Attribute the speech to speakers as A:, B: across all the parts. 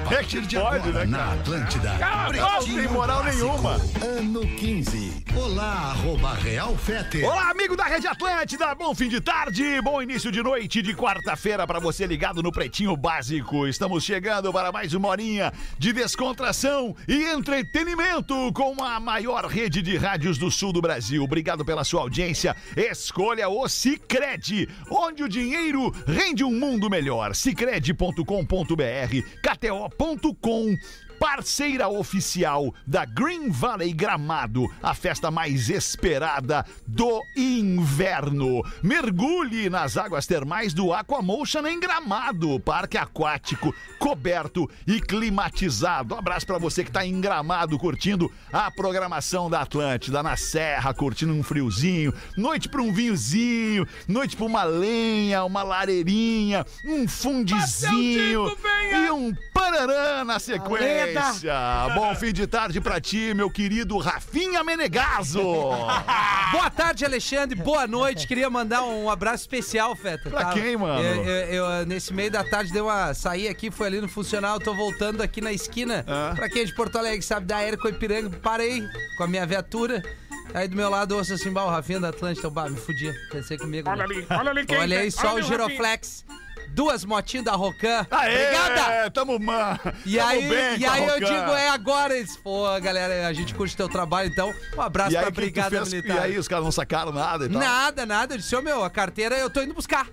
A: A partir de
B: Pode,
A: agora,
B: né,
A: na Atlântida.
B: Cara, não tem moral nenhuma.
A: Ano 15. Olá, arroba Real Fete.
B: Olá, amigo da Rede Atlântida. Bom fim de tarde, bom início de noite de quarta-feira para você ligado no Pretinho Básico. Estamos chegando para mais uma horinha de descontração e entretenimento com a maior rede de rádios do sul do Brasil. Obrigado pela sua audiência. Escolha o Cicred, onde o dinheiro rende um mundo melhor. Cicred.com.br, KTO.com parceira oficial da Green Valley Gramado, a festa mais esperada do inverno. Mergulhe nas águas termais do Aquamotion em Gramado, parque aquático, coberto e climatizado. Um abraço para você que tá em Gramado curtindo a programação da Atlântida na serra, curtindo um friozinho, noite para um vinhozinho, noite para uma lenha, uma lareirinha, um fundizinho e um parará na sequência. Bom fim de tarde pra ti, meu querido Rafinha Menegaso.
C: Boa tarde, Alexandre. Boa noite. Queria mandar um abraço especial, Feta.
B: Pra quem, mano?
C: Eu, eu- eu, nesse meio da tarde, dei uma. Saí aqui, fui ali no funcional, tô voltando aqui na esquina.
B: Ah.
C: Pra quem é de Porto Alegre, sabe, da Erco Ipiranga, parei com a minha viatura. Aí do meu lado eu ouço assim, bah, o Rafinha da Atlântica, bah, me fudia. Pensei comigo. né? Olha ali, olha ali
B: é.
C: Olhei só o Giroflex. Duas motinhas da Rocan.
B: Aê,
C: Obrigada!
B: Tamo, man.
C: E
B: tamo
C: aí,
B: bem
C: e
B: com a
C: aí eu
B: Rocan.
C: digo, é agora. Eles, pô, galera, a gente curte teu trabalho, então. Um abraço
B: E aí,
C: pra
B: o que que tu
C: Brigada
B: fez?
C: Militar.
B: E aí, os caras não sacaram nada e tal.
C: Nada, nada. Eu disse, ô meu, a carteira eu tô indo buscar.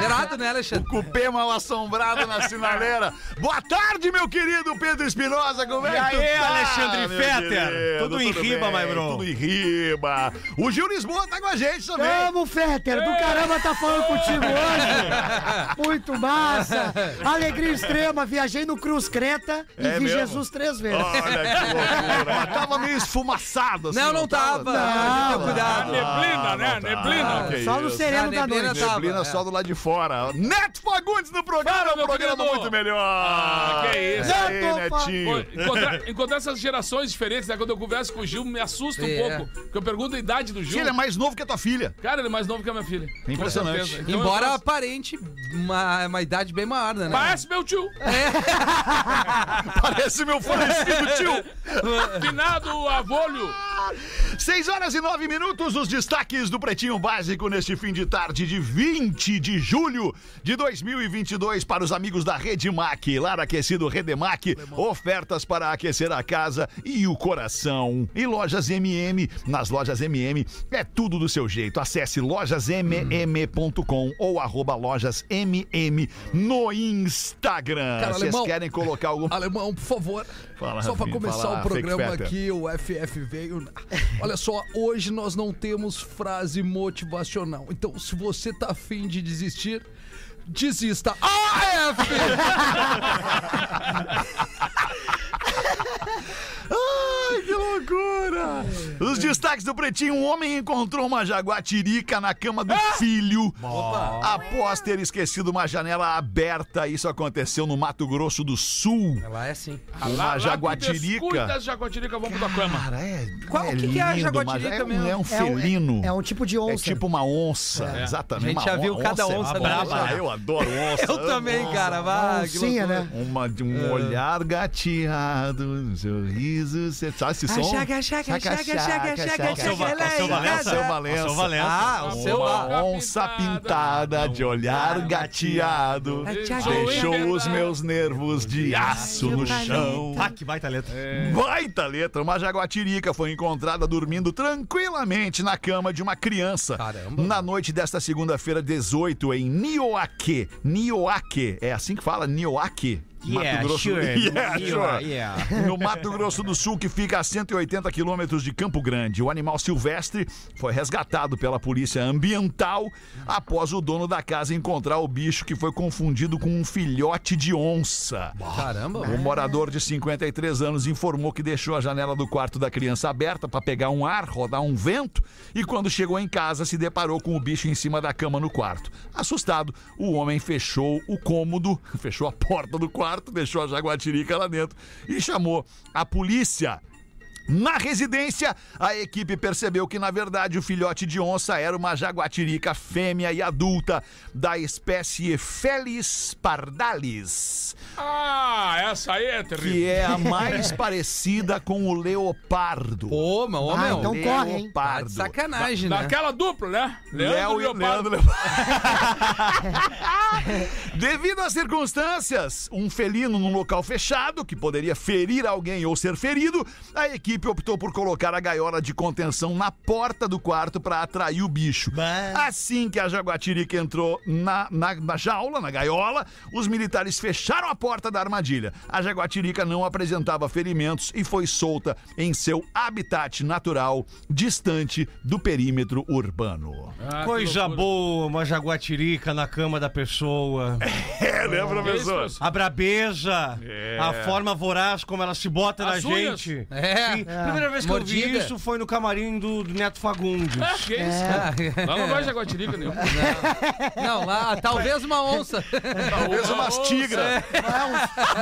C: Zerado, né, Alexandre?
B: Cupê mal assombrado na sinaleira. Boa tarde, meu querido Pedro Espinosa. Como é
D: E
B: que tu
D: aí,
B: tá,
D: Alexandre
B: meu
D: Fetter?
B: querido?
D: Tudo em riba,
B: bem,
D: my bro.
B: Tudo em riba. O Gil Lisboa tá com a gente também.
E: Tamo, Fetter, do caramba tá falando contigo hoje. Muito massa. Alegria extrema, viajei no Cruz Creta e
B: É
E: vi
B: mesmo?
E: Jesus três vezes.
B: Olha que loucura. Mas tava meio esfumaçado assim.
C: Não, não tava.
E: Não,
C: Tem cuidado.
B: Ah,
D: Neblina, né? Neblina.
B: tá. que
E: Só no
B: isso.
C: Ah,
E: sereno da
C: neblina
E: noite.
C: tava,
B: Neblina
C: é.
B: só do lado de fora. Neto Fagundes no programa,
D: Fala,
B: um
D: meu
B: programa
D: querido. Ah,
B: muito melhor.
D: que isso.
B: E aí,
E: Neto
B: Netinho.
F: Pô, Encontrar, encontrar essas gerações diferentes, né? Quando eu converso com o Gil, me assusta um
C: É.
F: pouco. Porque eu pergunto a idade do
B: Gil,
F: Gil.
B: Ele é mais novo que a tua filha.
F: Cara, ele é mais novo que a minha filha. Com
B: Impressionante.
F: certeza. Então eu
C: Embora
F: faço-
C: aparente uma, uma idade bem maior, né?
F: Parece meu tio.
B: Parece meu falecido tio.
F: Finado avolho.
B: 6 horas e 9 minutos, os destaques do Pretinho Básico neste fim de tarde de 20 de julho de 2022 para os amigos da Redemac. Lar aquecido Redemac, ofertas para aquecer a casa e o coração. E lojas MM, nas lojas MM é tudo do seu jeito. Acesse lojasmm.com ou arroba lojasmm no Instagram.
C: Cara,
B: Vocês
C: alemão.
B: querem colocar algum...
C: Alemão, por favor.
B: Fala,
C: só para
B: Rafinha,
C: começar
B: fala,
C: o programa
B: Fake Peter.
C: aqui, o FF veio. Olha só, hoje nós não temos frase motivacional. Então, se você tá afim de desistir, desista. Ah, AF!
B: Ai, que loucura! Os destaques do Pretinho: um homem encontrou uma jaguatirica na cama do
C: Ah!
B: filho após ter esquecido uma janela aberta. Isso aconteceu no Mato Grosso do Sul.
C: Ela é assim.
B: Uma jaguatirica.
F: Quantas jaguatirica vão pra tua cama?
B: Cara, é.
C: Qual- o que que é a
B: lindo, mas
C: jaguatirica
B: é um-
C: mesmo?
B: É um
E: É um-
B: felino.
E: É um tipo de onça.
B: É tipo uma onça,
C: É.
B: exatamente.
C: A gente já
B: uma
C: viu
B: on-
C: cada
B: é
C: onça
B: uma
C: braba.
B: onça. Eu adoro onça.
C: Eu
B: amo
C: também, cara. É. Vai, Ah, que
E: oncinha,
C: loucura.
E: né?
B: Uma, de um olhar gateado, um sorriso. Você sabe esse som?
C: chaga, chaga, chaga, chaga, chaga,
D: Alceu
C: chaga,
D: Va-
C: ela é
D: Alceu Valença.
C: irada.
D: Alceu
B: Alceu Valença.
D: Valença.
C: Ah, o
F: Uma
C: seu lá.
B: Uma onça pintada de olhar gateado deixou os meus nervos de aço no chão.
D: Ah, que baita letra.
B: Baita letra! Uma jaguatirica foi encontrada dormindo tranquilamente na cama de uma criança.
C: Caramba.
B: Na noite desta segunda-feira, 18, em Nioaque. Nioaque. É assim que fala, Nioaque. Mato Grosso. Yeah, sure.
G: yeah.
B: No Mato Grosso do Sul, que fica a 180 quilômetros de Campo Grande, o animal silvestre foi resgatado pela polícia ambiental após o dono da casa encontrar o bicho que foi confundido com um filhote de onça.
C: Caramba,
B: O Um morador de 53 anos informou que deixou a janela do quarto da criança aberta para pegar um ar, rodar um vento, e quando chegou em casa se deparou com o bicho em cima da cama no quarto. Assustado, o homem fechou o cômodo, fechou a porta do quarto, deixou a jaguatirica lá dentro e chamou a polícia. Na residência, a equipe percebeu que, na verdade, o filhote de onça era uma jaguatirica fêmea e adulta da espécie Felis pardalis
F: Ah, essa aí é terrível.
B: que é a mais parecida com o leopardo.
C: Ô, mas, é um ô,
E: Ah,
C: meu.
E: então corre, hein?
C: tá de
B: Leopardo.
C: sacanagem, né?
F: Daquela dupla, né?
B: Léo
F: Leandro
B: e
F: e
B: Leandro
F: Leopardo.
B: Leopardo. Devido às circunstâncias, um felino num local fechado, que poderia ferir alguém ou ser ferido, a equipe optou por colocar a gaiola de contenção na porta do quarto para atrair o bicho. Assim que a jaguatirica entrou na, na, na jaula, na gaiola, os militares fecharam a porta da armadilha. A jaguatirica não apresentava ferimentos e foi solta em seu habitat natural, distante do perímetro urbano.
F: Ah, que
G: Coisa
F: loucura.
G: boa, uma jaguatirica na cama da pessoa.
B: É, né, professor?
F: Esse,
G: A brabeza, a forma voraz como ela se bota
F: As
G: na
F: unhas.
G: gente.
C: É.
G: Sim, A primeira vez que eu vi
C: Mordida.
G: isso foi no camarim do, do Neto Fagundes.
F: Ah, que isso?
C: Ah,
F: Lá não vai jaguatirica nenhum.
C: Não, lá, talvez uma onça.
B: Talvez umas tigras.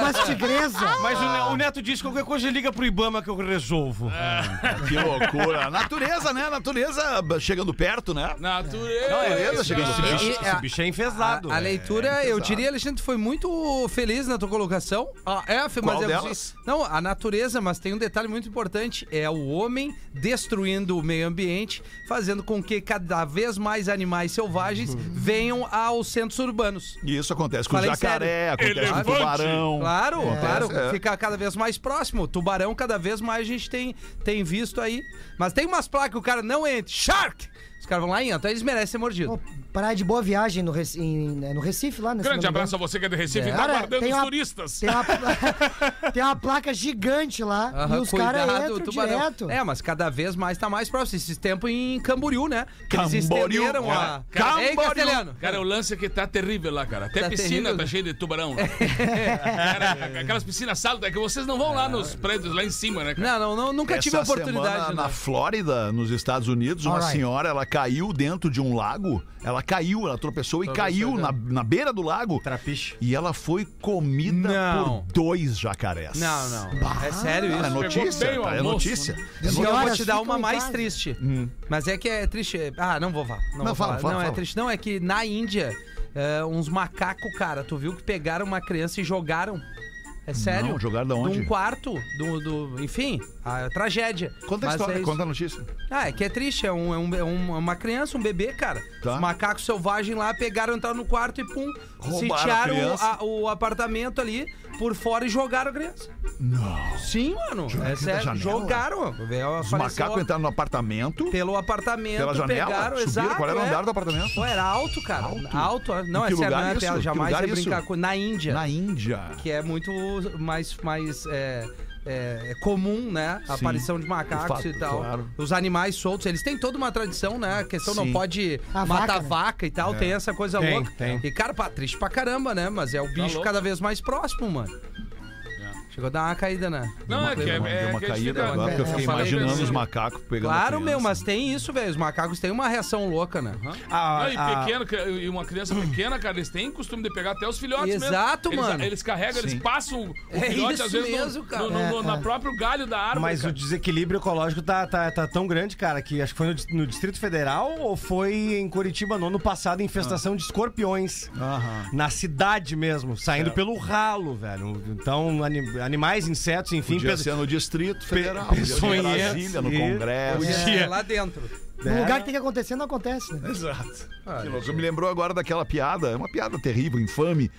E: Mas
C: Ah!
E: tigresa.
G: Mas o, Ne- o Neto disse qualquer coisa liga pro Ibama que eu resolvo.
B: Que loucura. A Natureza, né? A Natureza chegando perto, né?
F: Natureza.
B: Natureza chegando
G: Esse, bicho,
C: E
G: esse
C: a-
G: bicho é enfesado.
C: A, a leitura, eu diria, Alexandre, foi muito feliz na tua colocação. Ah, é, foi- mas
B: Qual
C: eu-
B: delas?
C: Não, a natureza, mas tem um detalhe muito importante: é o homem destruindo o meio ambiente, fazendo com que cada vez mais animais selvagens venham aos centros urbanos.
B: E isso acontece com
C: Falei
B: jacaré, acontece com
F: Elefante.
B: tubarão.
C: Claro, claro,
B: é.
C: fica cada vez mais próximo. Tubarão, cada vez mais a gente tem, tem visto aí. Mas tem umas placas que o cara não entra. Shark! Os caras vão lá e entram, Então eles merecem ser mordidos.
E: Pô, Praia de boa viagem no, Rec- em- é no Recife, lá. né, se
F: Grande
E: não me engano.
F: abraço a você que é de Recife e tá
E: Cara,
F: guardando
E: tem
F: os
E: uma-
F: turistas.
E: Tem uma, tem uma placa gigante lá e
C: Aham,
E: os caras
C: cuidado,
E: entram
C: tubarão.
E: direto.
C: É, mas cada vez mais tá mais próximo. Esse tempo em Camboriú, né? Que eles
B: Camboriú,
C: estenderam a.
B: cara.
C: Ei,
B: Camboriú.
C: Castelhano.
F: Cara, o lance é que tá terrível lá, cara. Até
C: Tá
F: piscina
C: terrível.
F: tá cheia de tubarão. lá. Cara, aquelas piscinas saldas que vocês não vão lá nos prédios lá em cima, né, cara?
C: Não, não, não, nunca
B: Essa
C: tive a oportunidade.
B: semana,
C: né?
B: na Flórida, nos Estados Unidos, uma
E: Alright.
B: senhora, ela caiu dentro de um lago. Ela caiu, ela tropeçou e caiu na, na beira do lago.
G: Trapiche.
B: E ela foi comida
C: Não.
B: por dois jacarés.
C: Não, não. é sério
B: Cara, é
C: isso.
B: notícia,
F: Pegou bem o
B: tá? é
F: almoço,
B: notícia.
C: Eu
E: Que
C: vou
E: horas
C: te dar
E: ficam
C: uma
E: em
C: mais
E: casa?
C: triste. Mas é que é triste. é- Ah, não vou falar. Não,
B: Hum. Não,
C: vou
B: fala,
C: falar.
B: fala,
C: não é
B: fala.
C: triste. Não, é que na Índia, é, uns macacos, cara, tu viu que pegaram uma criança e jogaram. É sério?
B: Não, jogaram da onde?
C: De um quarto, do, do- enfim, a tragédia.
B: Conta a
C: Mas
B: história,
C: é isso.
B: conta a notícia.
C: Ah, é que é triste, é, um, é, um- é um- é uma criança, um bebê, cara.
B: Tá.
C: Os macacos selvagens lá pegaram, entraram no quarto e pum,
B: Roubaram a
C: sitiaram o,
B: criança.
C: a- o apartamento ali por fora e jogaram a criança. Não. Sim, mano.
B: Jogaram
C: é
B: da
C: sério,
B: janela?
C: jogaram. Veio,
B: Os
C: apareceu
B: macacos entraram no apartamento,
C: Pelo apartamento,
B: pela janela,
C: pegaram,
B: subiram.
C: exato.
B: Qual era o
C: é.
B: andar do apartamento?
C: Pô, era alto, cara. Alto.
B: Em
C: Não, é
B: que lugar
C: sério, não é
B: isso?
C: piada.
B: Que
C: Jamais
B: lugar
C: ia
B: isso?
C: brincar com... Na Índia.
B: na Índia.
C: Que é muito mais... mais é, é, comum, né? A
B: Sim.
C: aparição de macacos
B: De fato,
C: e tal.
B: claro.
C: Os animais soltos, eles têm toda uma tradição, né? A questão não
B: Sim. É.
C: pode
E: A
C: matar
E: vaca,
C: vaca,
E: né?
C: e tal, tem essa coisa
G: Tem,
C: louca.
G: tem.
C: E, cara, pá, triste pra caramba, né? Mas
B: Tá
C: é o bicho
F: louco.
C: cada vez mais próximo, mano.
B: É.
C: Chegou a dar uma caída, né?
F: Não, é que
B: Deu
F: é,
B: uma,
F: é
B: deu uma
F: que é
B: caída
F: diferente.
B: agora, porque eu fiquei
C: eu falei
B: imaginando
C: pra
B: os
C: você.
B: macacos pegando. a
C: Claro,
B: criança.
C: meu, mas tem isso, velho. Os macacos têm uma reação louca, né?
G: Ah,
F: Não, e,
G: ah,
F: pequeno, que- e uma criança pequena, cara, eles têm costume de pegar até os filhotes mesmo.
C: Exato,
F: Eles-
C: mano.
F: Eles carregam, eles
B: Sim.
F: passam o
C: É
F: filhote, às
C: isso
F: vezes, no-
C: mesmo, cara.
F: no- no-
C: É,
F: no- na próprio galho da árvore.
G: Mas o
F: cara.
G: desequilíbrio ecológico tá, tá, tá tão grande, cara, que acho que foi no, dis- no Distrito Federal ou foi em Curitiba no ano passado, infestação de escorpiões. Na cidade mesmo, saindo pelo ralo, velho. Então, ani- animais, insetos, enfim.
B: Podia
G: pes-
B: ser no Distrito Federal,
G: pe-
B: podia ser em
G: peçonhentos
B: Brasília, no
G: e-
B: Congresso.
G: Podia-
C: É, lá dentro.
E: No lugar que tem que acontecer, não acontece, né?
B: Exato. que louco. Me lembrou agora daquela piada, é uma piada terrível, infame,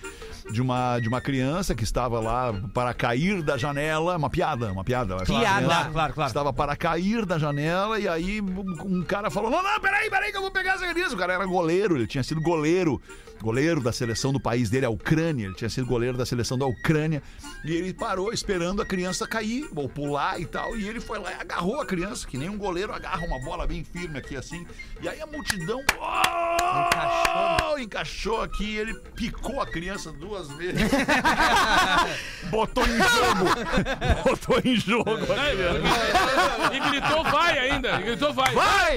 B: de uma, de uma criança que estava lá para cair da janela. Uma piada, uma piada. Uma
C: Piada.
B: criança
G: Claro, claro.
B: Estava para cair da janela e aí um um cara falou: Não, não, peraí, peraí, que eu vou pegar essa criança. O cara era goleiro, ele tinha sido goleiro, goleiro da seleção do país dele, a Ucrânia. Ele tinha sido goleiro da seleção da Ucrânia. E ele parou esperando a criança cair ou pular e tal. E ele foi lá e agarrou a criança, que nem um goleiro agarra uma bola bem firme aqui assim. E aí a multidão. Oh, encaixou. aqui, ele picou a criança duas vezes. Botou em jogo. Botou em jogo a
F: Aí,
B: criança.
F: Né, E gritou vai ainda. E gritou vai.
B: Vai!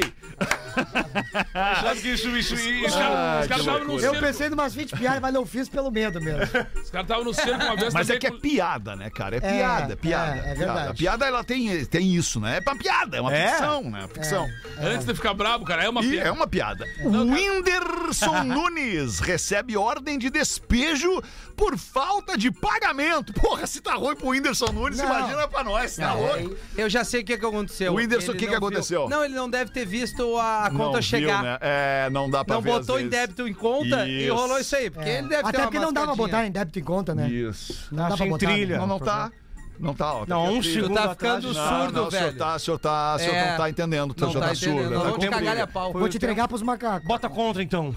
D: Sabe que isso, isso,
F: Os
D: isso.
F: caras estavam no
E: Eu
F: circo.
E: pensei em umas 20 piadas, mas não fiz pelo medo mesmo.
F: Os caras estavam no circo uma vez
B: Mas é
F: também
B: que é
F: com-
B: piada, né, cara? É
E: É,
B: piada, é piada.
E: é, é
B: piada.
E: verdade.
B: A piada, ela tem, tem isso, né? É uma piada, é uma
G: É?
B: ficção, né? Ficção.
F: Antes de ficar brabo, cara, é uma
B: E é
F: piada.
B: uma piada. O Whindersson Nunes recebe ordem de despejo por falta de pagamento. Porra, se tá ruim pro Whindersson Nunes,
E: Não.
B: imagina pra nós,
C: É.
B: tá louco?
C: Eu já sei o que, que aconteceu.
B: O Whindersson,
C: Ele
B: o que que
C: não viu-
B: aconteceu?
C: Não, ele não deve ter visto a
B: Não
C: conta
B: viu,
C: chegar.
B: né? É, não dá pra
C: Não
B: ver às
C: botou em
B: vezes.
C: débito em conta e
B: Isso.
C: rolou isso aí. Porque ele deve ter
E: É. Até
C: uma
E: porque não dá pra
C: mascadinha.
E: botar em débito em conta, né?
B: Isso.
E: Não dá pra
G: Sem
E: botar. né?
G: trilha.
B: Não, não tá. Não tá, ó.
G: Não,
B: aqui a
G: um
B: trilha.
G: segundo
C: tá
G: atrás,
C: ficando
G: não.
B: Não,
C: surdo,
B: não, o senhor
C: velho.
B: tá, o senhor tá, o senhor
C: É.
B: não tá entendendo, o
C: Não
B: senhor
C: tá
B: tá
C: entendendo.
B: surdo.
C: Nós
B: tá
C: vamos te
B: com
C: cagar
B: briga.
C: a pau.
E: Vou te entregar pros macacos.
G: Bota contra, então.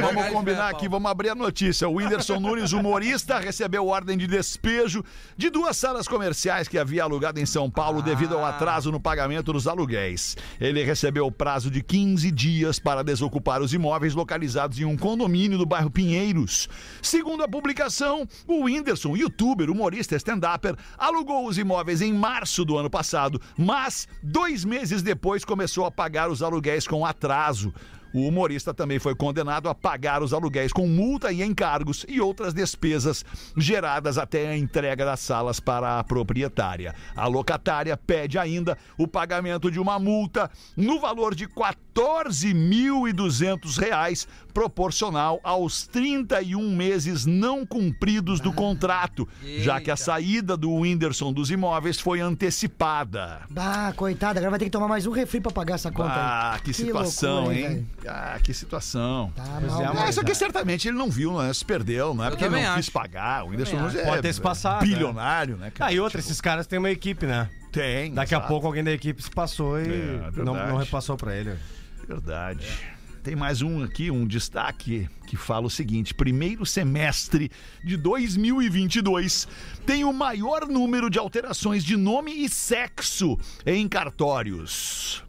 B: Vamos combinar aqui, vamos abrir a notícia. O Whindersson Nunes, humorista, recebeu ordem de despejo de duas salas comerciais que havia alugado em São Paulo devido ao atraso no pagamento dos aluguéis. Ele recebeu o prazo de 15 dias para desocupar os imóveis localizados em um condomínio do bairro Pinheiros. Segundo a publicação, o Whindersson, youtuber, humorista, stand-upper, alugou os imóveis em março do ano passado, mas dois meses depois começou a pagar os aluguéis com atraso. O humorista também foi condenado a pagar os aluguéis com multa e encargos e outras despesas geradas até a entrega das salas para a proprietária. A locatária pede ainda o pagamento de uma multa no valor de R$ 14.200, reais, proporcional aos 31 meses não cumpridos do contrato, já que a saída do Whindersson dos imóveis foi antecipada.
E: Ah, coitada, agora vai ter que tomar mais um refri pra pagar essa conta.
B: Ah,
E: aí.
B: que situação,
E: loucura,
B: hein?
E: velho?
B: Ah, que situação.
E: Tá
G: Pois é,
E: mal,
G: mas-
E: né?
B: Ah, isso aqui certamente ele não viu, né? Se perdeu, não é porque ele
C: também
B: não quis
C: acho.
B: pagar. O Whindersson Nunes é
G: Pode ter se passado,
B: bilionário, né, cara?
G: Ah, e outra, esses caras têm uma equipe, né?
B: Tipo, Tem.
G: Daqui a
B: exato,
G: pouco alguém da equipe se passou e
B: É,
G: não,
B: verdade.
G: não repassou pra ele.
B: Verdade.
G: É.
B: Tem mais um aqui, um destaque que fala o seguinte: primeiro semestre de 2022 tem o maior número de alterações de nome e sexo em cartórios.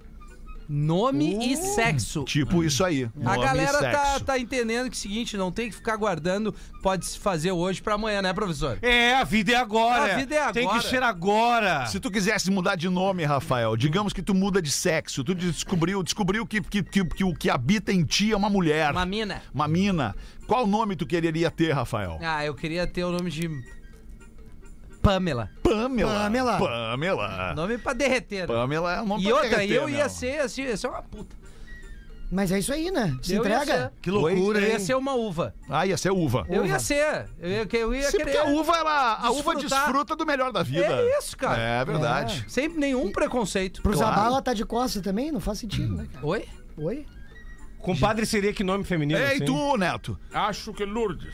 C: Nome e sexo.
B: Tipo
G: Hum.
B: isso aí.
C: A
B: nome e
C: galera tá,
B: sexo.
C: tá entendendo que é o seguinte, não tem que ficar guardando, pode se fazer hoje pra amanhã, né, professor?
G: É, a vida é agora.
C: A vida é
G: Tem que
C: agora.
G: ser agora.
B: Ah. Se tu quisesse mudar de nome, Rafael, digamos que tu muda de sexo, tu descobriu, descobriu que, que, que, que o que habita em ti é uma mulher,
C: Uma mina.
B: uma mina. Qual nome tu quereria ter, Rafael?
C: Ah, eu queria ter o nome de Pamela.
B: Pamela.
E: Pamela.
B: Pamela.
C: Nome pra derreter.
B: Ah.
C: né?
B: Pamela é um nome
C: E
B: pra
C: outra,
B: derreter,
C: eu ia
B: meu.
C: ser assim, ia ser uma puta.
E: Mas é isso aí, né? Se
C: Eu ia
E: entrega.
C: ser-
G: Que loucura,
C: Eu
G: hein?
C: ia ser uma uva.
B: Ah, ia ser uva.
C: Eu ia ser. Eu ia, eu ia
B: Sim, porque
C: querer.
B: a é uva, ela, a uva
C: desfrutar.
B: desfruta do melhor da vida.
C: É isso, cara.
B: É verdade.
C: Sem nenhum preconceito.
E: Pro
B: Claro.
E: Zabala tá de costas também, não faz sentido, né, cara?
C: Oi?
E: Oi?
G: Compadre seria que nome feminino?
B: É, e
G: assim?
B: tu, Neto?
F: Acho que Lourdes.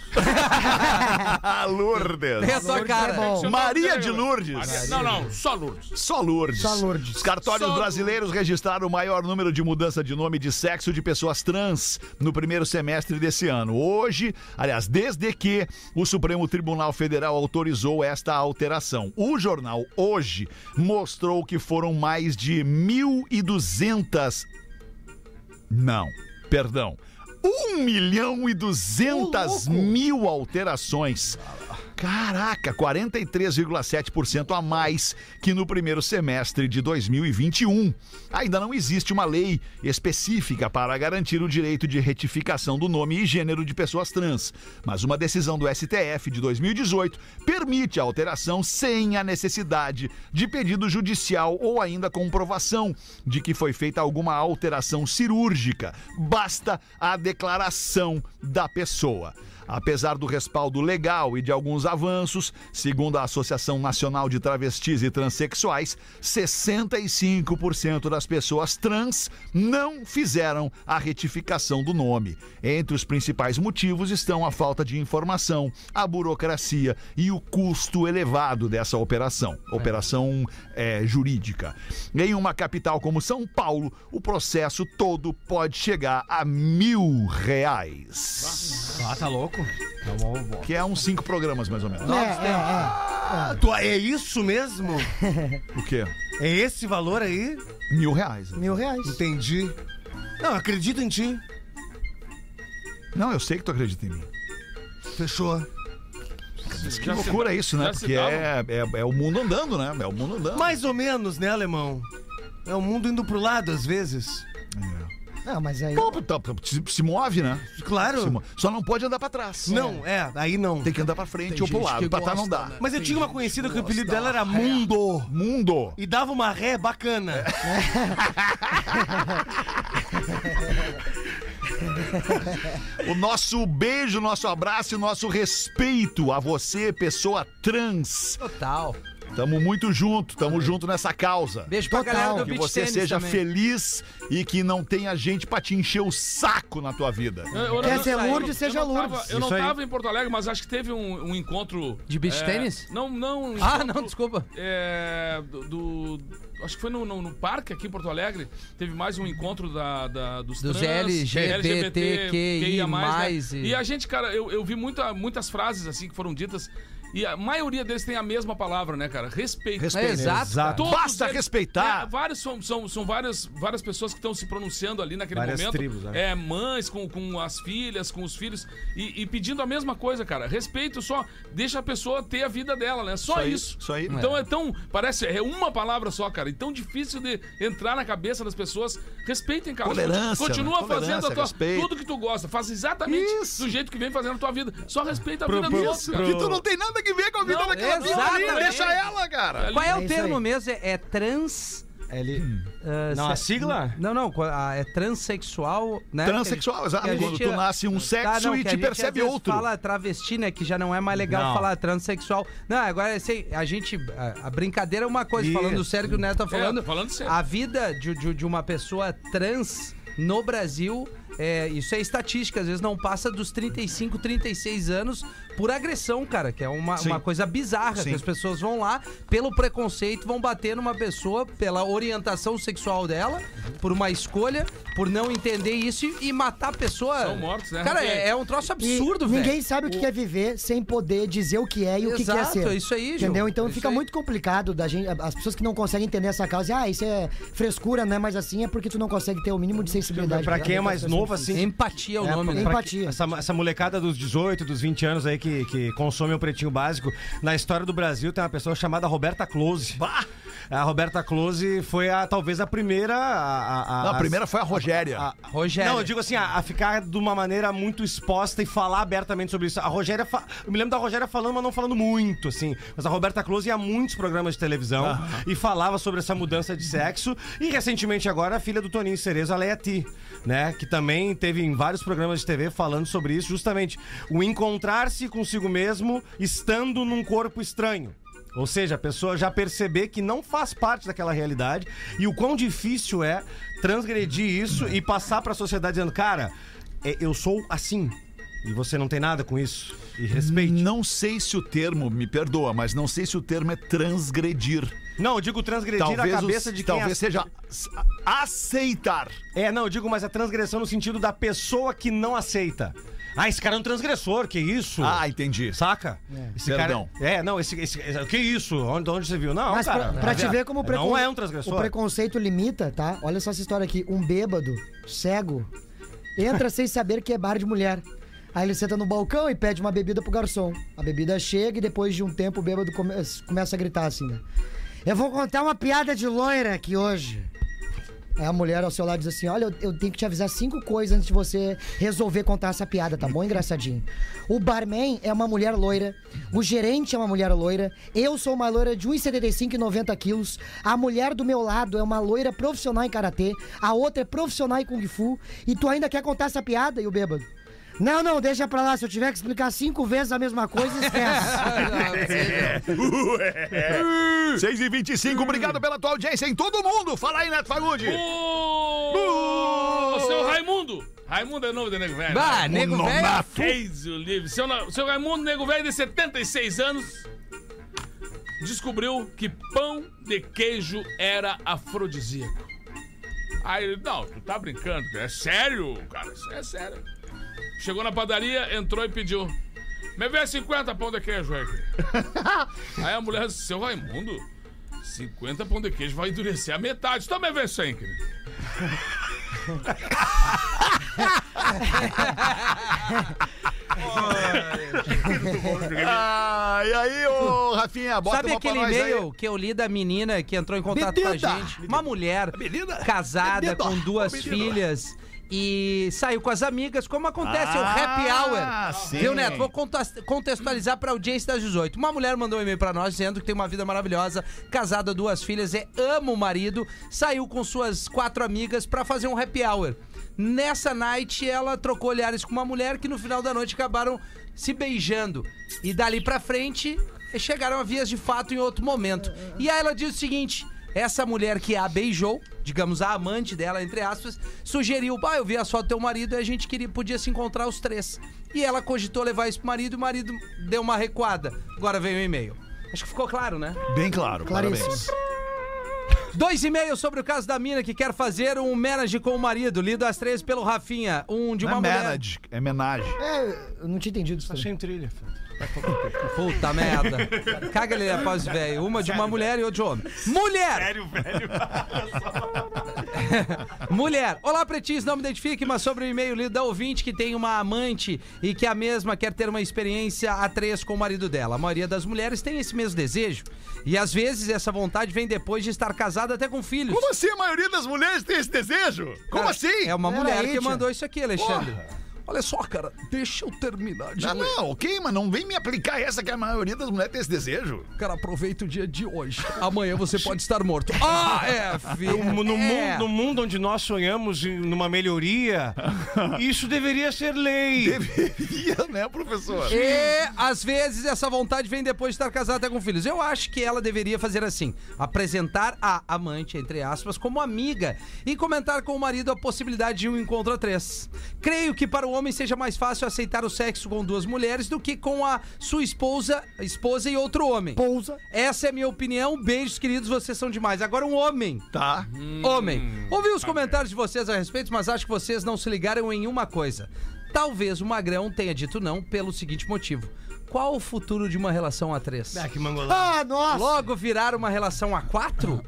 B: Ah, Lourdes.
C: É só cara.
E: é bom.
B: Maria de Lourdes.
F: Maria- Não, não, só Lourdes.
B: Só Lourdes.
E: Só Lourdes.
B: Os cartórios
F: Só
B: brasileiros registraram o maior número de mudança de nome e de sexo de pessoas trans no primeiro semestre desse ano. Hoje, aliás, desde que o Supremo Tribunal Federal autorizou esta alteração. O jornal Hoje mostrou que foram mais de 1.200. Não, perdão. 1 milhão e 200 mil alterações. Caraca, 43,7% a mais que no primeiro semestre de 2021. Ainda não existe uma lei específica para garantir o direito de retificação do nome e gênero de pessoas trans, mas uma decisão do STF de 2018 permite a alteração sem a necessidade de pedido judicial ou ainda comprovação de que foi feita alguma alteração cirúrgica. Basta a declaração da pessoa. Apesar do respaldo legal e de alguns avanços, segundo a Associação Nacional de Travestis e Transsexuais, 65% das pessoas trans não fizeram a retificação do nome. Entre os principais motivos estão a falta de informação, a burocracia e o custo elevado dessa operação, operação eh, jurídica. Em uma capital como São Paulo, o processo todo pode chegar a mil reais.
G: Ah, tá louco? Tá bom, bom.
B: Que é uns cinco programas, mais ou menos.
E: É,
G: Ah, tu- é isso mesmo?
B: O quê?
G: É esse valor aí?
B: Mil reais.
E: é. Mil reais.
G: Entendi. Não, acredito em ti.
B: Não, eu sei que tu acredita em mim.
G: Fechou.
B: Que loucura isso, né?
F: já se
B: Porque
F: dava.
B: é, é, é o mundo andando, né? É o mundo andando.
G: Mais ou menos, né, alemão? É o mundo indo pro lado às vezes.
E: Não, mas aí.
B: Pô, tá- tá- Se, se move, né?
G: Claro.
B: Se mo- Só não pode andar pra trás.
G: Não, é, aí não.
B: Tem que andar pra frente ou pro
C: gente
B: lado.
C: que
B: Pra trás não
C: gosta,
B: dá.
C: né?
G: Mas eu tinha uma conhecida que o apelido
C: Gosta.
G: dela era Mundo.
B: Mundo.
G: E dava uma ré bacana.
B: O nosso beijo, nosso abraço e nosso respeito a você, pessoa trans.
C: Total.
B: Tamo muito junto, tamo junto nessa causa.
C: Beijo pra
E: Total.
C: galera do
B: Que
C: Beach
B: você
C: Tennis
B: seja
C: também.
B: feliz e que não tenha gente pra te encher o saco na tua vida.
C: Ah,
F: Eu- eu-
E: Quer
F: eu-
E: ser
F: eu-
E: Lourdes,
F: eu
E: seja
F: não tava-
E: Lourdes.
F: Eu não
G: Isso aí.
F: tava em Porto Alegre, mas acho que teve um, um encontro.
C: De beach tênis?
F: Não, não. um
C: Ah,
F: encontro,
C: não, desculpa.
F: é, do, do- Acho que foi no, no- no parque aqui em Porto Alegre. Teve mais um encontro da, da- dos,
C: Dos
F: trans, é
C: LGBTQIA+,
F: mais, né?
C: e-
F: E a gente, cara, eu, eu vi muita- muitas frases assim que foram ditas. E a maioria deles tem a mesma palavra, né, cara? Respeito.
C: É,
B: Respeito.
C: exato. cara.
G: Exato.
B: Basta respeitar.
F: É, vários são são, são várias, várias pessoas que estão se pronunciando ali naquele
G: Várias
F: momento.
G: tribos, né?
F: É, mães com, com as filhas, com os filhos. E, e pedindo a mesma coisa, cara. Respeito só. Deixa a pessoa ter a vida dela, né? Só
B: Isso aí,
F: isso.
B: isso aí.
F: Então é tão. Parece. É uma palavra só, cara. E tão difícil de entrar na cabeça das pessoas. Respeitem, cara.
B: Tolerância,
F: Continua
B: né?
F: fazendo a
B: Tolerância,
F: tua,
B: respeito.
F: tudo que tu gosta. Faz exatamente
B: Isso.
F: do jeito que vem fazendo a tua vida. Só respeita a vida
G: pro-
F: dos outros, cara.
B: E tu não tem nada que ver com a vida
F: Não,
B: daquela vida ali,
C: exatamente.
B: Deixa ela, cara.
C: Qual é, o
E: isso
C: termo
E: aí.
C: mesmo? É, é trans...
G: Ele...
C: ah,
G: Não,
C: se-
G: a sigla?
C: Não, não, co- a- é transexual, né?
B: Transsexual, exato.
C: Que a
B: Quando
C: gente-
B: tu nasce um sexo
C: Tá, não,
B: e
C: que a
B: te
C: gente, às
B: percebe
C: vezes,
B: outro.
C: fala travesti, né? Que já não é mais legal
G: Não.
C: falar transexual. Não, agora sei, a gente. A, a brincadeira é uma coisa,
G: Isso.
C: falando sério que o Neto tá falando.
F: É, falando sério.
C: A vida de, de, de uma pessoa trans no Brasil. É, isso é estatística, às vezes não passa dos 35, 36 anos por agressão, cara, que é uma,
B: Sim.
C: uma coisa bizarra,
B: Sim.
C: que as pessoas vão lá pelo preconceito, vão bater numa pessoa pela orientação sexual dela, por uma escolha, por não entender isso e, e matar a pessoa.
F: São mortos, né?
C: Cara, é, é um troço
E: E
C: absurdo, velho.
E: Ninguém sabe o que é viver sem poder dizer o que é e o que quer
C: Exato,
E: ser.
C: é isso aí, Gil.
E: Entendeu? Então
C: É isso
E: fica
C: aí.
E: muito complicado da gente, as pessoas que não conseguem entender essa causa, dizem, ah, isso é frescura, né? Mas assim é porque tu não consegue ter o mínimo de sensibilidade.
G: Pra quem é
E: tá
G: mais novo, assim,
C: Empatia é o nome, né?
E: pra-
G: Pra
E: Empatia.
G: que- Essa, essa molecada dos 18, dos 20 anos aí que, que consome o pretinho básico. Na história do Brasil tem uma pessoa chamada Roberta Close. A Roberta Close foi a, talvez a primeira. A, a- a-
B: Não, a primeira foi a Rogéria.
G: a- a-
C: Rogéria.
G: Ah, Não, eu digo assim, a, a ficar de uma maneira muito exposta e falar abertamente sobre isso. A Rogéria. fa- Eu me lembro da Rogéria falando, mas não falando muito, assim. Mas a Roberta Close ia a muitos programas de televisão e falava sobre essa mudança de sexo. E recentemente agora, a filha do Toninho Cerezo, a Leia Ti, né? Que também teve em vários programas de TV falando sobre isso, justamente. O encontrar-se consigo mesmo estando num corpo estranho. Ou seja, a pessoa já perceber que não faz parte daquela realidade e o quão difícil é transgredir isso e passar pra sociedade dizendo, cara, é- eu sou assim e você não tem nada com isso. E respeite.
B: Não sei se o termo, me perdoa, mas não sei se o termo é transgredir.
G: Não, eu digo transgredir
B: Talvez,
G: a
B: os-
G: cabeça de quem
B: talvez seja ac- aceitar.
G: É, não, eu digo, mas a transgressão no sentido da pessoa que não aceita. Ah, esse cara é um transgressor, que isso?
B: Ah, entendi.
G: Saca? Esse
B: Perdão.
G: cara. É, não, esse, esse- esse- Que isso? Onde, onde você viu? Não,
E: Mas pra-
G: cara.
E: pra, te ver como o, precon-
G: Não é um
E: o
G: transgressor.
E: preconceito limita, tá? Olha só essa história aqui. Um bêbado, cego, entra sem saber que é bar de mulher. Aí ele senta no balcão e pede uma bebida pro garçom. A bebida chega e depois de um tempo o bêbado come- começa a gritar assim, né? Eu vou contar uma piada de loira aqui hoje. Aí a mulher ao seu lado diz assim: Olha, eu, eu tenho que te avisar cinco coisas antes de você resolver contar essa piada, tá bom, engraçadinho? O barman é uma mulher loira, o gerente é uma mulher loira, eu sou uma loira de 1,75 e 90 quilos, a mulher do meu lado é uma loira profissional em karatê, a outra é profissional em kung fu, e tu ainda quer contar essa piada? E o bêbado? Não, não, deixa pra lá. Se eu tiver que explicar cinco vezes a mesma coisa,
C: Ah,
E: esquece.
B: É. 6 e 25 obrigado pela tua audiência em todo mundo. Fala aí, Neto Fagundi.
F: O seu Raimundo! Raimundo é nome do nego velho.
B: Um
C: Bah, nego velho.
F: Eis o livre. Seu, na- seu Raimundo, nego velho de 76 anos, descobriu que pão de queijo era afrodisíaco. Aí ele, não, tu tá brincando, é sério, cara, isso é sério. Chegou na padaria, entrou e pediu. Me vê 50 pão de queijo aí. aí a mulher disse, seu Raimundo, 50 pão de queijo vai endurecer a metade. Então me vê 100, querido.
B: Ah, e aí, ô Rafinha, bota
C: Sabe
B: uma
C: aquele
B: pra nós aí.
C: e-mail que eu li da menina que entrou em contato com a
B: Menina.
C: gente? Uma mulher
B: Menina.
C: casada
B: Menino.
C: com duas
B: Menino.
C: filhas e saiu com as amigas, como acontece é o happy hour.
B: sim.
C: Viu, Neto? Vou contas- contextualizar pra audiência das 18. Uma mulher mandou um e-mail pra nós dizendo que tem uma vida maravilhosa, casada, duas filhas, é, ama o marido, saiu com suas quatro amigas pra fazer um happy hour. Nessa night, ela trocou olhares com uma mulher que no final da noite acabaram se beijando. E dali pra frente, chegaram a vias de fato em outro momento. E aí ela diz o seguinte: essa mulher que a beijou, digamos a amante dela, entre aspas, sugeriu: pá, eu vi a foto do teu marido e a gente queria, podia se encontrar os três. E ela cogitou levar isso pro marido e o marido deu uma recuada. Agora veio o e-mail. Acho que ficou claro, né?
B: Bem claro, parabéns.
E: Claríssimo.
C: Dois e-mails sobre o caso da mina que quer fazer um menage com o marido, lido às três pelo Rafinha. Um de
B: Não
C: uma
B: é
C: mulher.
B: menage, é menage.
E: É, eu não tinha entendido isso. também.
G: Sem trilha.
C: Puta merda. Caga ele após velho. Uma de uma mulher e outra de homem. Mulher!
D: Sério, velho.
C: Mulher, olá pretis, não me identifique, mas sobre o e-mail lido da ouvinte que tem uma amante e que a mesma quer ter uma experiência a três com o marido dela. A maioria das mulheres tem esse mesmo desejo e às vezes essa vontade vem depois de estar casada até com filhos.
B: Como assim a maioria das mulheres tem esse desejo? Como
C: Cara,
B: assim?
C: É uma
E: Pera
C: mulher
E: aí,
C: que
E: tia.
C: mandou isso aqui, Alexandre. Olha só, cara, deixa eu terminar de
B: Ah,
C: ler.
B: não, ok, mas não vem me aplicar essa que a maioria das mulheres tem esse desejo.
C: Cara, aproveita o dia de hoje. Amanhã você pode estar morto. Ah, é, filho.
G: No, no
C: é.
G: mundo, no mundo onde nós sonhamos em- numa melhoria, isso deveria ser lei.
B: Deveria, né, professor?
C: E às vezes essa vontade vem depois de estar casada até com filhos. Eu acho que ela deveria fazer assim: apresentar a amante, entre aspas, como amiga e comentar com o marido a possibilidade de um encontro a três. Creio que para o homem seja mais fácil aceitar o sexo com duas mulheres do que com a sua esposa, esposa e outro homem.
E: Pousa.
C: Essa é a minha opinião. Beijos, queridos, vocês são demais. Agora, um homem.
B: Tá.
C: Homem, ouvi os comentários de vocês a respeito, mas acho que vocês não se ligaram em uma coisa. Talvez o Magrão tenha dito não pelo seguinte motivo. Qual o futuro de uma relação a três?
G: Ah, que mangolão.
E: Ah, nossa.
C: Logo virar uma relação a quatro?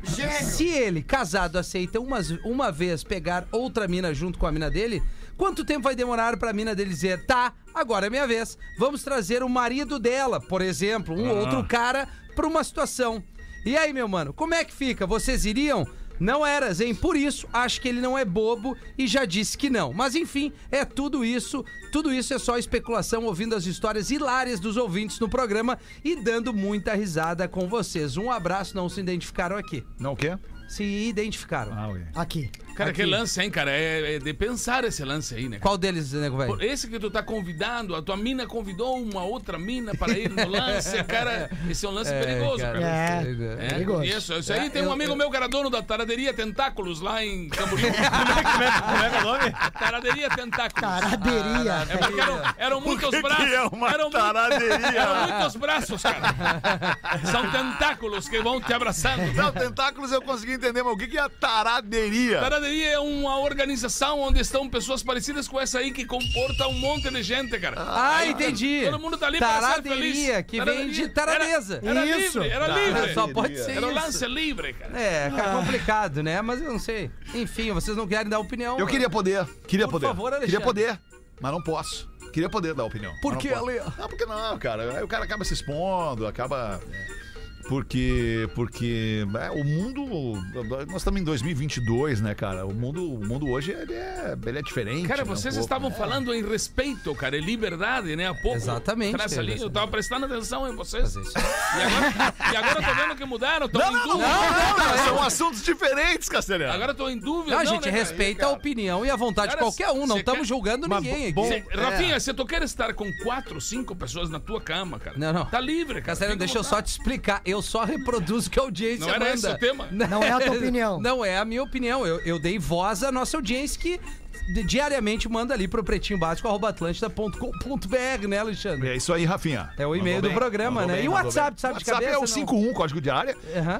C: Se ele, casado, aceita umas, uma vez pegar outra mina junto com a mina dele, quanto tempo vai demorar pra mina dele dizer, tá, agora é minha vez, vamos trazer o marido dela, por exemplo, um outro cara, pra uma situação. E aí, meu mano, como é que fica? Vocês iriam? Não eras, hein? Por isso, acho que ele não é bobo e já disse que não. Mas enfim, é tudo isso. Tudo isso é só especulação, ouvindo as histórias hilárias dos ouvintes no programa e dando muita risada com vocês. Um abraço, não se identificaram aqui.
B: Não, o quê?
C: Se identificaram.
E: Aqui.
F: Cara, que lance, hein, cara? É, é de pensar esse lance aí, né?
C: Qual deles, nego velho?
F: Por Esse que tu tá convidando, a tua mina convidou uma outra mina para ir no lance, cara. Esse é um lance perigoso, cara.
E: É.
F: É,
E: perigoso.
F: Isso, isso aí
C: É,
F: tem um
C: eu-
F: amigo
C: eu-
F: meu, cara, dono da Taraderia Tentáculos, lá em Camboriú.
G: Como é que é o nome?
F: Taraderia Tentáculos.
E: Taraderia.
F: É porque eram, eram muitos braços. um
B: que é uma
F: eram, mu-
B: taraderia?
F: eram muitos braços, cara. São tentáculos que vão te abraçando.
B: Não, tentáculos eu consegui entender, mas o que que é a taraderia?
F: Taraderia é uma organização onde estão pessoas parecidas com essa aí que comporta um monte de gente, cara.
C: Ah,
F: Aí,
C: entendi.
F: Todo mundo tá ali para ser feliz.
C: Taraderia, que vem de taradeza.
F: Era, era
E: Isso.
F: livre, era
C: Ah,
F: livre.
C: Só pode ser
F: Era o
C: isso.
F: lance livre, cara.
C: É, cara, complicado, né? Mas eu não sei. Enfim, vocês não querem dar opinião.
B: Eu queria poder, queria
C: Por
B: poder.
C: favor,
B: queria
C: Alexandre.
B: poder, mas não posso. Queria poder dar opinião.
C: Por
B: mas
C: que,
B: não posso.
C: Ale?
B: Ah, porque não, cara. Aí o cara acaba se expondo, acaba. Porque, porque é, o mundo. Nós estamos em 2022, né, cara? O mundo, o mundo hoje ele é, ele é diferente.
F: Cara,
B: né, um
F: vocês
B: pouco,
F: estavam
B: né?
F: falando em respeito, cara, e liberdade, né? Há pouco.
C: Exatamente,
F: Traz
C: é
F: ali, eu
C: verdade.
F: tava prestando atenção em vocês.
C: Fazer isso.
F: E agora, e agora eu tô vendo que mudaram, tô em dúvida.
B: Não, cara, são assuntos diferentes, Castelhano.
F: Agora eu tô em dúvida.
C: Não, a
F: não,
C: gente
F: né, cara?
C: respeita a
F: Cara,
C: opinião e a vontade
F: Cara,
C: de qualquer um, não
F: cê
C: estamos
F: quer-
C: julgando ninguém aqui.
F: Cê- Rafinha, se tu quer estar com quatro, cinco pessoas na tua cama, cara,
C: Não, não.
F: tá livre, cara.
C: Castelhano,
F: Fica à
C: deixa eu só
F: vontade.
C: te explicar. Eu só reproduzo o que a audiência
F: Não era
C: manda.
F: esse o tema?
E: Não é a tua opinião.
C: Não é a minha opinião. Eu, eu dei voz à nossa audiência que di- diariamente manda ali pro pretinho básico atlântida.com.br, né, Alexandre?
B: É isso aí, Rafinha.
C: É o e-mail
B: Mandou
C: do
B: bem,
C: programa,
B: mandou
C: né?
B: bem,
C: E o
B: mandou
C: WhatsApp,
B: bem.
C: sabe de
B: WhatsApp
C: cabeça,
B: é o
C: não?
B: 51, código de área,
C: Aham.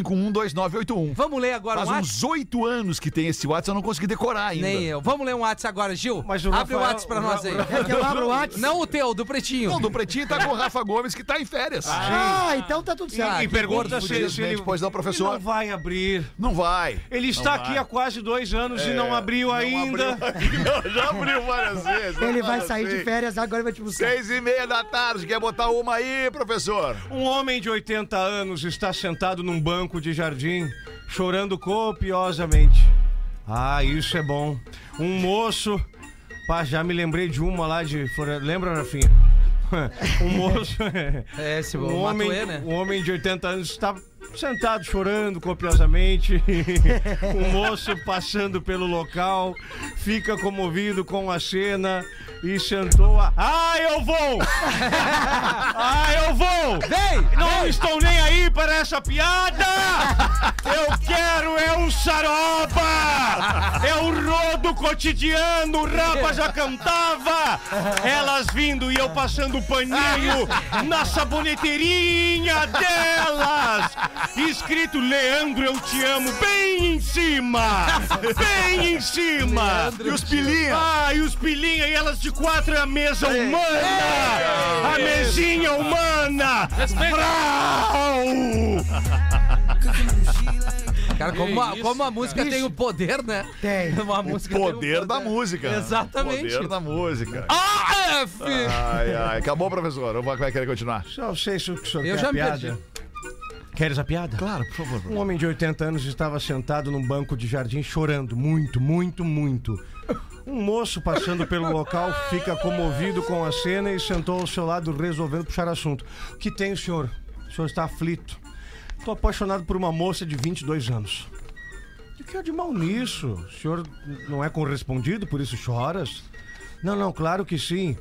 B: 80512981.
C: Vamos ler agora
B: Faz
C: um WhatsApp?
B: uns oito anos que tem esse WhatsApp, eu não consegui decorar ainda.
C: Nem eu. Vamos ler um WhatsApp agora, Gil?
G: Mas o
C: Abre o
G: Rafael-
C: WhatsApp pra
G: o
C: nós
G: Ra-
C: aí.
E: Quer que eu abra o WhatsApp?
C: Não o teu, do pretinho.
B: Não, do Pretinho tá com o Rafa Gomes, que tá em férias.
E: Ah, então tá tudo certo.
G: e pergunta se, ele- se
B: Infelizmente,
G: ele,
B: pois não, professor.
G: Ele não vai abrir.
B: Não vai.
G: Ele
B: Não
G: está
B: vai. É,
G: aqui há quase dois anos e não abriu
B: Não
G: ainda.
B: abriu. Não, já abriu várias vezes. já
E: Ele vai
B: várias
E: sair de
B: vezes.
E: férias agora e vai tipo, te buscar.
B: Seis e meia da tarde, quer botar uma aí, professor?
G: Um homem de 80 anos está sentado num banco de jardim, chorando copiosamente. Ah, isso é bom. Um moço. Pá, já me lembrei de uma lá de. Flora- Lembra, Rafinha? Um moço.
C: É, esse
G: um,
C: o
G: homem,
C: Matuê, né?
G: um homem de 80 anos está sentado chorando copiosamente. um moço passando pelo local fica comovido com a cena e sentou a. Ah, eu vou! ah, eu vou!
C: Vem!
G: Não estou nem aí para essa piada! Eu quero é um saroba! É o rodo cotidiano, o rapa já cantava! Elas vindo e eu passando paninho na saboneteirinha delas! Escrito Leandro, eu te amo, bem em cima! Bem em cima!
B: E os pilinhas?
G: Ah, e os pilinha e elas de quatro é a mesa humana! A mesinha humana!
F: Respeita.
G: Brau!
C: Cara, como, a,
F: isso,
C: como a música tem o poder, né?
E: Tem.
C: Uma
B: O
C: música tem
B: poder da música.
C: Exatamente.
B: O poder da música.
C: Ah, F!
B: Ai, ai. Acabou, professor. é Ou vai vai querer continuar?
G: Só sei se o que
C: Eu já me perdi.
G: Queres a piada?
B: Claro, por favor.
G: Um homem de 80 anos estava sentado num banco de jardim chorando muito, muito, muito. Um moço passando pelo local fica comovido com a cena e sentou ao seu lado resolvendo puxar assunto. O que tem, senhor? O senhor está aflito. Estou apaixonado por uma moça de 22 anos. O que há de mal nisso? O senhor não é correspondido, por isso choras? Não, não, claro que sim.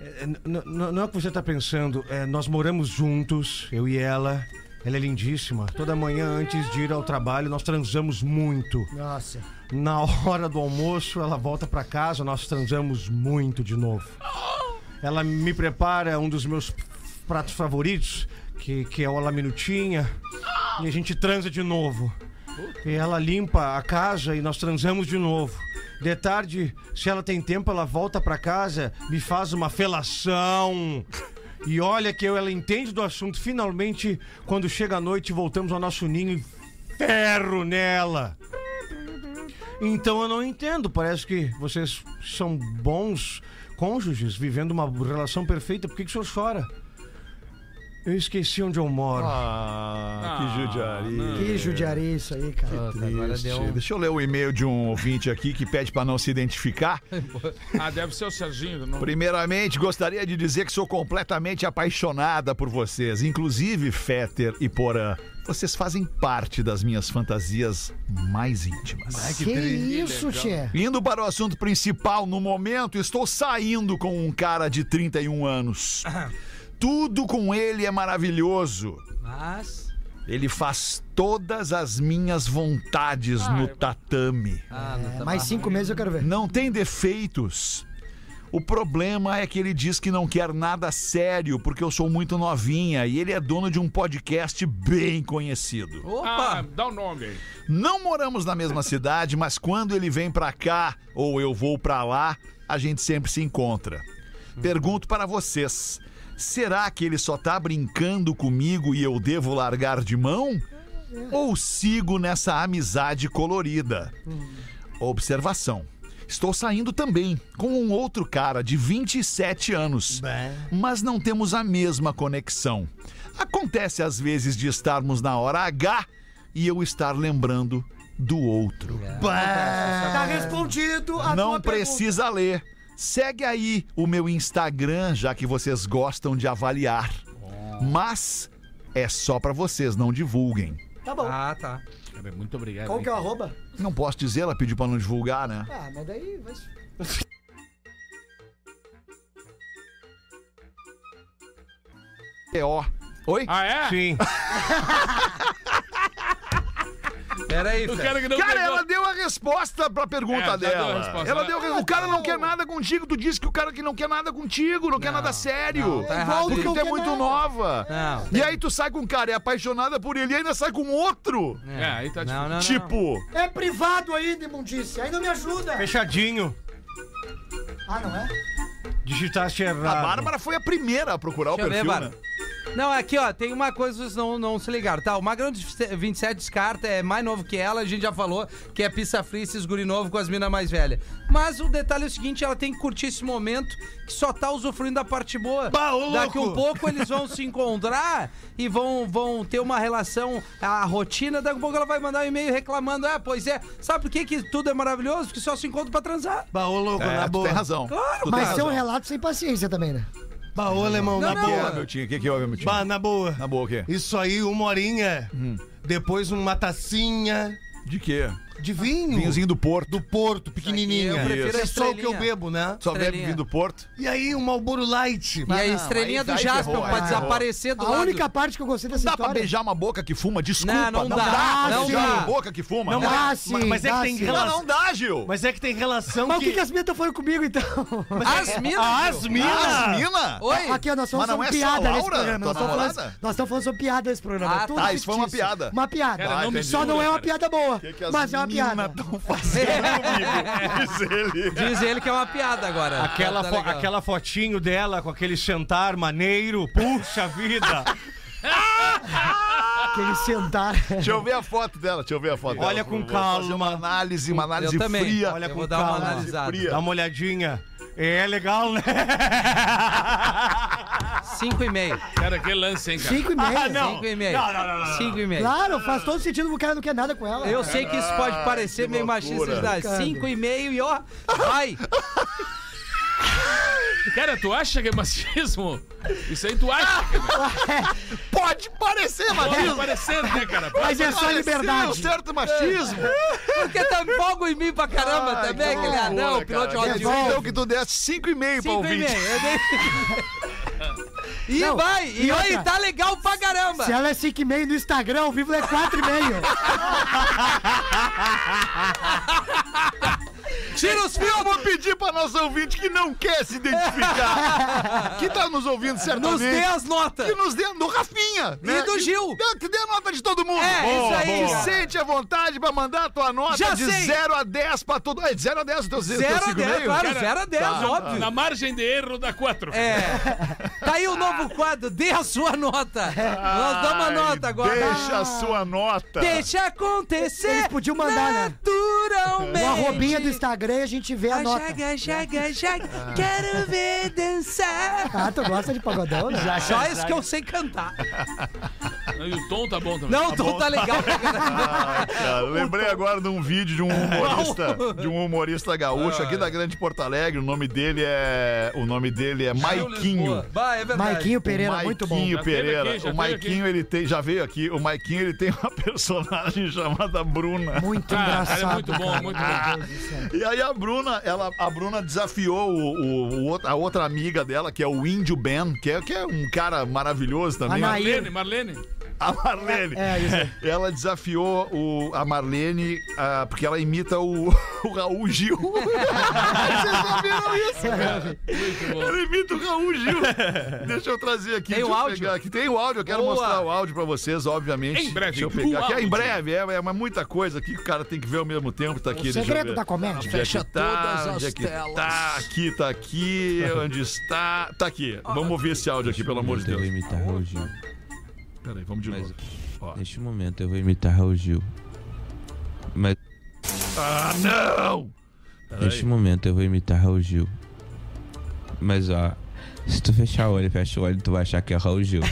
G: É, n- n- n- Não é o que você está pensando. É, nós moramos juntos, eu e ela. Ela é lindíssima. Toda manhã, antes de ir ao trabalho, nós transamos muito.
E: Nossa.
G: Na hora do almoço, ela volta pra casa, nós transamos muito de novo. Ela me prepara um dos meus pratos favoritos, que, que é o la minutinha, e a gente transa de novo. E ela limpa a casa e nós transamos de novo. De tarde, se ela tem tempo, ela volta pra casa, me faz uma felação. E olha que eu- ela entende do assunto. Finalmente, quando chega a noite, voltamos ao nosso ninho e ferro nela. Então eu não entendo. Parece que vocês são bons cônjuges, vivendo uma relação perfeita. Por que, que o senhor chora? Eu esqueci onde eu moro.
B: Ah, que judiaria.
E: Que judiaria isso aí,
B: Ah.
E: cara.
C: Agora deu um-
B: Deixa eu ler o e-mail de um ouvinte aqui que pede pra não se identificar.
F: Ah, deve ser o Serginho. Não...
B: Primeiramente, gostaria de dizer que sou completamente apaixonada por vocês, inclusive Fetter e Porã. Vocês fazem parte das minhas fantasias mais íntimas.
E: Que, isso, Tchê?
B: Indo para o assunto principal, no momento estou saindo com um cara de 31 anos. Tudo com ele é maravilhoso.
C: Mas.
B: Ele faz todas as minhas vontades no tatame.
C: Ah, não tá
E: Mais
C: bom.
E: cinco meses eu quero ver.
B: Não tem defeitos. O problema é que ele diz que não quer nada sério porque eu sou muito novinha e ele é dono de um podcast bem conhecido.
C: Opa!
F: Ah, dá o nome aí.
B: Não moramos na mesma cidade, mas quando ele vem pra cá ou eu vou pra lá, a gente sempre se encontra. Pergunto para vocês: será que ele só tá brincando comigo e eu devo largar de mão? Ou sigo nessa amizade colorida? Observação. Estou saindo também com um outro cara de 27 anos, mas não temos a mesma conexão. Acontece às vezes de estarmos na hora H e eu estar lembrando do outro.
C: Tá respondido.
B: Não precisa ler. Segue aí o meu Instagram, já que vocês gostam de avaliar. Mas é só pra vocês, não divulguem.
E: Tá bom.
C: Ah, tá.
F: Cara, muito obrigado.
E: Qual
F: hein?
E: que é o arroba?
B: Não posso dizer, ela pediu pra não divulgar, né?
E: Ah, mas daí... Vai... se-
B: P.O. Oi?
F: Ah, é?
G: Sim.
C: Pera aí,
F: O
C: Fer.
F: cara que não
B: Cara,
F: pegou-
B: ela deu a resposta pra
F: É,
B: pergunta
F: já deu a
B: dela.
F: resposta.
B: Ela deu, o cara não quer nada contigo, tu disse que o cara que não quer nada contigo, não, quer nada sério.
C: não, tá errado
B: Porque
C: isso.
B: tu é muito nova.
C: Não.
B: E aí tu sai com um cara, é apaixonada por ele e ainda sai com outro.
F: É, aí tá difícil.
C: Não, não, não.
B: tipo,
E: É privado ainda, imundice. Ainda me ajuda.
G: Fechadinho.
E: Ah, não é?
G: Digitaste
B: a
G: errado.
B: Bárbara foi a primeira a procurar
C: Deixa
B: o
C: eu ver,
B: perfil,
C: Bárbara.
B: né?
C: Não, aqui, ó, tem uma coisa que vocês não, não se ligaram, tá? O Magrão de 27 descarta, é mais novo que ela, a gente já falou que é pizza fria esses guri novo com as minas mais velhas. Mas o detalhe é o seguinte, ela tem que curtir esse momento que só tá usufruindo da parte boa.
G: Bah, ô,
C: Daqui um
G: louco!
C: pouco eles vão se encontrar e vão, vão ter uma relação, a rotina, daqui a pouco ela vai mandar um e-mail reclamando, ah, pois é, sabe por que que tudo é maravilhoso? Porque só se encontra pra transar.
G: Baú louco,
B: É,
G: na
B: tu
G: boa.
B: tem razão.
C: Claro, é
B: tu
E: Mas
B: tem
E: são
B: razão.
E: relatos sem paciência também, né?
G: Baú, alemão,
C: Não,
G: na
C: não.
B: O que é,
G: boa.
B: meu tio? O que, que houve, meu tio?
G: Bah, na boa.
B: Na boa, o quê?
G: Isso aí, uma horinha. Depois uma tacinha
B: De quê?
G: de vinho.
B: Vinhozinho do Porto.
G: do Porto, pequenininha.
C: Eu prefiro
B: Isso.
C: a
G: É só o que eu
C: estrelinha.
G: bebo, né?
B: Só bebe
C: Estrelinha.
B: vinho do Porto.
G: E aí, um Malboro Light.
C: E a estrelinha
B: aí
C: do
B: vai,
C: Jasper
B: ferrou,
C: pra
B: aí
C: desaparecer do
E: A
C: lado.
E: única parte que eu gostei dessa
B: Dá pra
E: história...
B: beijar uma boca que fuma? Desculpa.
C: Não, não dá,
B: pra
C: não
B: beijar
C: dá.
B: uma boca que fuma.
G: Não,
B: Não,
E: Ah,
G: Mas-
E: sim,
G: mas é que
E: dá
G: tem
E: sim.
G: relação-
B: não dá, Gil.
G: Mas é que tem relação
E: Mas o que, que as minas foram comigo, então?
C: As minas.
B: Ah,
G: As
B: As
G: minas!
B: mina?
C: Oi?
E: Aqui, ó, nós estamos
B: Mas
E: falando
B: não é só
E: piada
B: a
E: nesse
B: Laura,
E: programa.
B: tua
E: Nós estamos falando,
B: namorada?
E: nós estamos falando sobre piada nesse programa.
C: Ah,
E: é tudo
B: tá, isso foi uma
E: fictício.
B: piada.
E: Uma piada.
B: Ah, entendi.
E: Só não é uma piada boa,
B: que que as
E: mas é uma
B: mina
E: piada.
B: tão fazendo comigo? Diz ele.
C: Diz ele que é uma piada agora.
G: Aquela,
C: Tá
G: fo-
C: legal.
G: aquela fotinho dela com aquele sentar maneiro, puxa vida!
E: Que eles sentaram.
B: Deixa eu ver a foto dela, deixa eu ver a foto dela.
G: Olha com
B: Vou Fazer uma
G: calma.
B: análise, uma análise
C: Eu também.
B: fria.
G: Olha
C: eu
G: com
C: vou dar uma
G: calma.
C: analisada.
B: Fria.
G: Dá uma olhadinha. É legal, né?
C: 5 e meio.
F: Cara, que lance, hein, cara?
E: Cinco e meia.
G: Ah, não.
C: 5 e meio.
G: Não, não, não, não, não.
C: 5 e meio.
E: Claro, faz todo sentido que o cara não quer nada com ela.
C: Eu sei que isso pode parecer meio machista de
B: loucura.
C: idade. 5 e meio e ó, vai.
F: Cara, tu acha que é machismo? Isso aí tu acha, é cara?
C: um-
B: Pode parecer, mas é
F: Pode parecer, né, cara?
E: Mas é só
B: parecer um
E: liberdade.
B: certo machismo.
C: Porque tá fogo em mim pra caramba
B: Ai,
C: também,
B: que
C: aquele
B: loucura,
C: anão, piloto de roda de
B: Resolve,
C: ouro.
B: Então que tu desse 5,5 pra
C: 5 e meio.
B: ouvinte.
C: eu dei- E
E: Não,
C: vai. E,
E: e
C: olha,
E: outra.
C: tá legal pra caramba.
E: Se ela é cinco e meio no Instagram, ao vivo ela é quatro e meio.
C: Tira os fios.
B: Eu vou pedir pra nosso ouvinte que não quer se identificar, que tá nos ouvindo
C: Nos
B: certamente,
C: dê as notas.
B: que nos dê do Rafinha. né?
C: do Gil.
B: Que, que dê a nota de todo mundo.
C: É, isso aí,
B: Que
C: cara.
B: sente à vontade pra mandar a tua nota
C: Já
B: de
C: sei.
B: 0 a 10 pra todo... É, de 0 a 10 o teu 5,5?
C: 0 a 10, claro, 0 a 10,
B: tá,
C: óbvio.
F: Na margem de erro dá quatro.
C: É. Tá aí o novo quadro, dê a sua nota. Nós damos a nota agora.
B: Deixa a sua nota.
C: Deixa acontecer.
E: Eles podiam mandar, né?
C: Naturalmente.
E: O arrobinha do Instagram e a gente vê a
C: Ah,
E: nota.
C: Jaga, jaga, jaga.
B: Ah.
C: Quero ver dançar.
E: Ah, tu gosta de pagodão, né?
C: Só isso que eu sei cantar.
F: E o tom tá bom também.
C: Não, o tom tá legal. pra caramba.
B: Ai, cara, lembrei agora de um vídeo de um humorista, de um humorista gaúcho aqui da Grande Porto Alegre. O nome dele é, o nome dele é
C: Gil Lisboa.
B: Maiquinho.
C: Bah, é verdade.
E: Maiquinho
B: O
E: Pereira, muito bom.
B: Maiquinho
F: Já teve
B: Pereira.
F: aqui, já
B: o
F: teve
B: Maiquinho, ele tem, já veio aqui. O Maiquinho, ele tem uma personagem chamada Bruna.
E: Muito
F: Ah,
E: engraçado.
F: cara, é muito bom,
E: cara.
F: muito bom.
B: E aí a Bruna, ela, a Bruna desafiou o, o- o outro- a outra amiga dela, que é o Índio Ben, que é, que é um cara maravilhoso também. né?
E: Anaí.
F: Marlene, Marlene.
B: A Marlene.
E: É, isso aí.
B: Ela desafiou o, a Marlene ah, porque ela imita o, o Raul Gil. Vocês já viram isso, cara? Ela imita o Raul Gil. Deixa eu trazer aqui.
C: Tem o
B: deixa eu
C: áudio?
B: pegar aqui. Tem o áudio, eu quero
C: Boa.
B: mostrar o áudio pra vocês, obviamente.
F: Em breve,
B: Deixa eu
F: o
B: pegar aqui. É,
F: áudio.
B: em breve, é, é mas muita coisa aqui que o cara tem que ver ao mesmo tempo. Tá aqui,
E: O
B: deixa eu
E: segredo
B: ver.
E: da comédia.
B: Onde é que tá, onde é que Tá aqui, tá aqui. Onde está? Tá aqui. Vamos ouvir esse áudio aqui, pelo amor de Deus.
H: imitar Raul Gil.
B: Peraí, vamos de novo.
H: Neste momento eu vou imitar Raul Gil. Mas
B: Ah, não!
H: neste momento eu vou imitar Raul Gil. Mas ó, Se tu fechar o olho, fecha o olho, tu vai achar que é Raul Gil.
I: Eu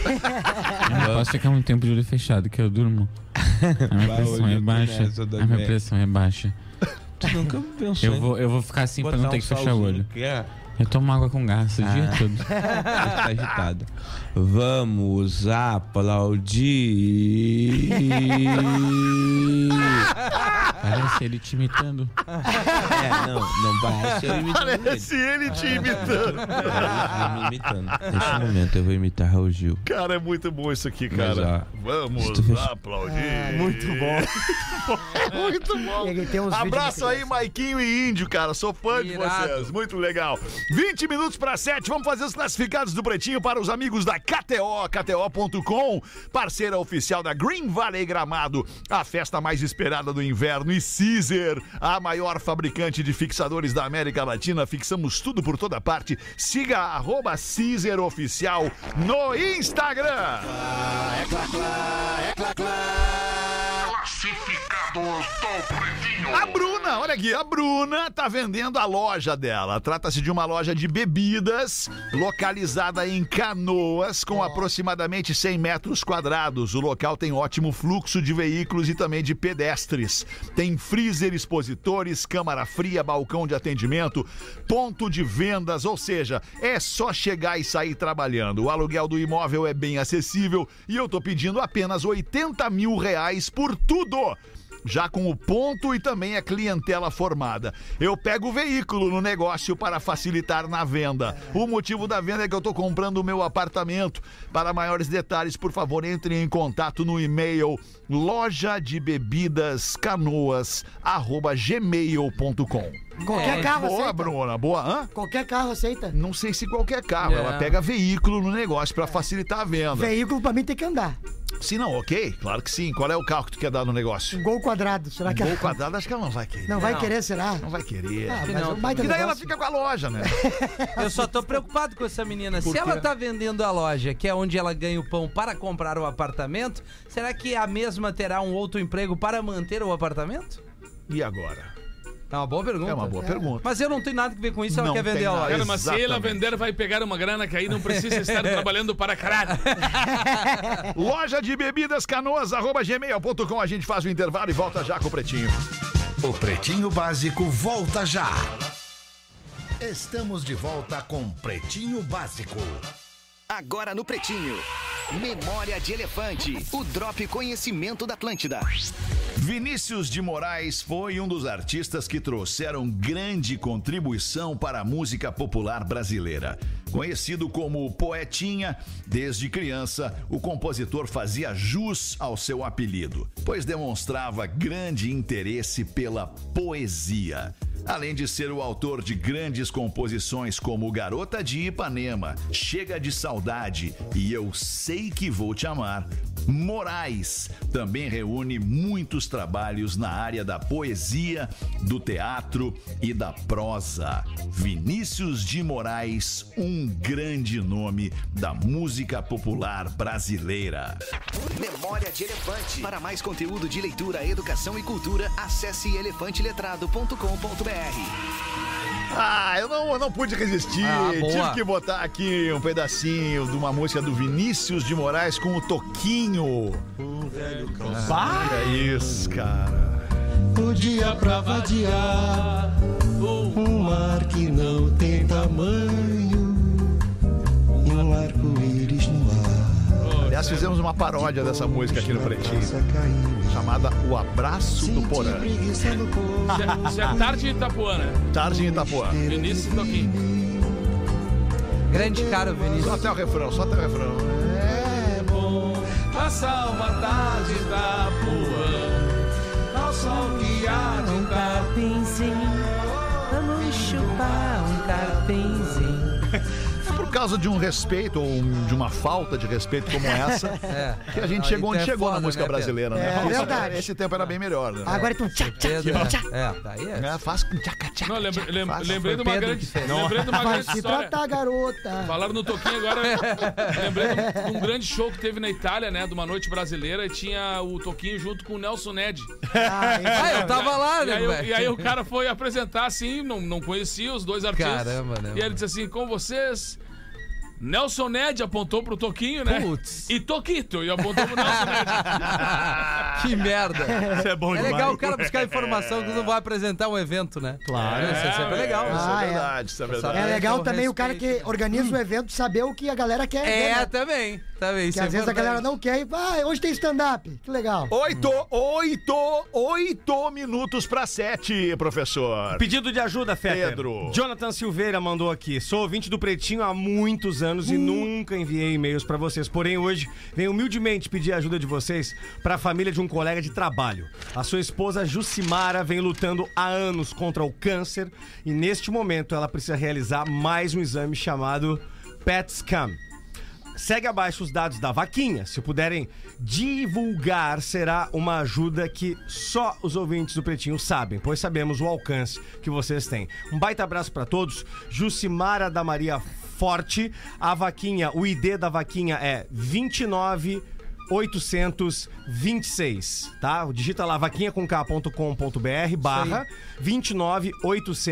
I: posso ficar um tempo de olho fechado, que eu durmo. A minha
H: Bah,
I: pressão
H: hoje eu
I: é
H: tô
I: baixa.
H: nessa
I: A
H: também.
I: minha pressão é baixa.
H: tu nunca pensou
I: Eu
H: em
I: vou, eu vou ficar assim pra
H: botar
I: não ter
H: um
I: que fechar o
H: solzinho
I: olho.
H: que é?
I: Eu tomo água com gás o dia
H: Ah.
I: todo.
H: Tá agitado. Vamos aplaudir.
I: Parece ele te imitando.
H: É, não, não parece eu imitando.
B: Parece ele te imitando.
H: ele Tá me imitando. Neste momento eu vou imitar Raul Gil.
B: Cara, é muito bom isso aqui,
H: Mas,
B: cara.
H: ó, se
B: Vamos
H: tu fechar-
B: aplaudir.
G: É, Muito bom.
B: Muito bom.
E: Ele tem uns
B: Abraço aí, Maiquinho e Índio, cara. Sou fã de
C: Irado.
B: vocês. Muito legal. 20 minutos para 7. Vamos fazer os classificados do Pretinho para os amigos da KTO, KTO.com, parceira oficial da Green Valley Gramado, a festa mais esperada do inverno. E Caesar, a maior fabricante de fixadores da América Latina. Fixamos tudo por toda parte. Siga a arroba Caesar Oficial no Instagram. A Bruna, olha aqui, a Bruna tá vendendo a loja dela. Trata-se de uma loja de bebidas localizada em Canoas, com aproximadamente 100 metros quadrados. O local tem ótimo fluxo de veículos e também de pedestres. Tem freezer, expositores, câmara fria, balcão de atendimento, ponto de vendas, ou seja, é só chegar e sair trabalhando. O aluguel do imóvel é bem acessível e eu tô pedindo apenas 80 mil reais por tudo já com o ponto e também a clientela formada. Eu pego o veículo no negócio para facilitar na venda. O motivo da venda é que eu estou comprando o meu apartamento. Para maiores detalhes, por favor, entre em contato no e-mail loja de bebidas canoas gmail.com.
E: Qualquer
C: É,
E: carro
B: Boa,
E: aceita.
B: Bruna, boa, hã?
E: Qualquer carro aceita.
B: Não sei se qualquer carro.
C: É.
B: Ela pega veículo no negócio para facilitar a venda.
E: Veículo pra mim tem que andar.
B: Se não, ok? Claro que sim. Qual é o carro que tu quer dar no negócio?
E: Um gol quadrado. Será que
B: Gol
E: ela
B: quadrado, acho que ela não vai querer.
E: não vai
C: Não.
E: querer, será?
B: Não vai querer.
E: Ah, mas
C: não.
E: é um baita
B: E daí ela
E: negócio.
B: fica com a loja, né?
C: Eu só tô preocupado com essa menina. Se ela tá vendendo a loja, que é onde ela ganha o pão para comprar o apartamento, será que a mesma terá um outro emprego para manter o apartamento?
B: E agora?
C: É uma boa pergunta.
B: É uma boa pergunta.
C: Mas eu não tenho nada que ver com isso,
B: Não
C: ela quer
B: tem
C: vender a
B: nada.
C: loja.
F: Cara, mas se ela
B: Exatamente.
F: vender, vai pegar uma grana que aí não precisa estar trabalhando para caralho.
B: Loja de bebidas canoas, arroba gmail.com. A gente faz o intervalo e volta já com o Pretinho.
A: O Pretinho Básico volta já. Estamos de volta com Pretinho Básico.
J: Agora no Pretinho. Memória de Elefante. O Drop Conhecimento da Atlântida.
B: Vinícius de Moraes foi um dos artistas que trouxeram grande contribuição para a música popular brasileira. Conhecido como Poetinha, desde criança, o compositor fazia jus ao seu apelido, pois demonstrava grande interesse pela poesia. Além de ser o autor de grandes composições como Garota de Ipanema, Chega de Saudade e Eu Sei Que Vou Te Amar, Moraes também reúne muitos trabalhos na área da poesia, do teatro e da prosa. Vinícius de Moraes, um grande nome da música popular brasileira.
J: Memória de Elefante. Para mais conteúdo de leitura, educação e cultura, acesse elefanteletrado.com.br.
B: Ah, eu não, eu não pude resistir.
C: Ah, boa.
B: Tive que botar aqui um pedacinho de uma música do Vinícius de Moraes com o Toquinho. Ah, é isso, cara.
K: O dia pra vadiar, um mar que não tem tamanho, um arco-íris no ar.
B: Aliás, fizemos uma paródia dessa música aqui no Pretinho, chamada O Abraço do Porã.
K: Preguiça no corpo,
F: Isso é- Isso é tarde em Itapuana.
B: Tarde em Itapuã.
F: Vinícius Toquinho.
C: Grande cara, Vinícius.
B: Só até o refrão, só até o refrão.
F: É bom passar uma tarde da rua ao sol que há
E: Um
F: de dar.
E: um
B: É por causa de um respeito ou um- de uma falta de respeito como essa
C: É.
B: que a gente
C: Não,
B: chegou onde
C: então é
B: chegou na
C: foda,
B: música
C: né, Pedro?
B: brasileira, né?
E: É
B: Porque esse-
E: verdade.
B: Esse tempo era bem melhor, né?
E: Agora então, tu. Tchac, tchac,
C: Pedro,
E: tchac.
C: é. É, daí é.
B: É, faz com tchaca, tchaca,
F: Não, lembrei,
B: tchaca,
F: lem-
B: faz.
F: lembrei de
C: foi
F: uma
C: Pedro
F: grande,
C: que fez.
F: lembrei de uma
E: Vai
F: grande
E: se
F: história.
E: tratar, garota.
F: Falaram no Toquinho agora. Lembrei de um- de um grande show que teve na Itália, né? De uma noite brasileira. E tinha o Toquinho junto com o Nelson Ned.
C: Ah, eu tava lá,
F: E
C: né,
F: aí, o-
C: velho?
F: e aí o cara foi apresentar assim, não, não conhecia os dois artistas.
C: Caramba, né,
F: E ele
C: mano?
F: disse assim: com vocês, Nelson Ned apontou pro Toquinho, né? Putz. E Toquito, e apontou pro Nelson Ned.
C: que merda.
B: Isso é bom
C: É
B: demais.
C: legal o cara buscar informação quando vai apresentar um evento, né?
B: Claro.
C: Isso é sempre legal.
B: Isso
E: Ah,
B: é
E: é.
B: verdade, isso é verdade.
E: É legal
C: Então,
E: também o cara que organiza o evento saber o que a galera quer.
C: É,
E: ver, né?
C: também. Também.
E: Porque
C: isso
E: às
C: é
E: vezes a
C: verdade.
E: galera não quer e ah, hoje tem stand-up. Que legal.
B: Oito, oito, oito minutos para sete, professor.
G: Pedido de ajuda, Fetter.
B: Pedro.
G: Jonathan Silveira mandou aqui. Sou ouvinte do Pretinho há muitos anos e nunca enviei e-mails pra vocês. Porém, hoje venho humildemente pedir a ajuda de vocês pra família de um colega de trabalho. A sua esposa Jucimara vem lutando há anos contra o câncer e neste momento ela precisa realizar mais um exame chamado PET scan. Segue abaixo os dados da vaquinha. Se puderem divulgar, será uma ajuda que só os ouvintes do Pretinho sabem, pois sabemos o alcance que vocês têm. Um baita abraço para todos. Jucimara da Maria Forte. A vaquinha, o ID da vaquinha é 29 826, tá? Digita lá vaquinha com k.com.br barra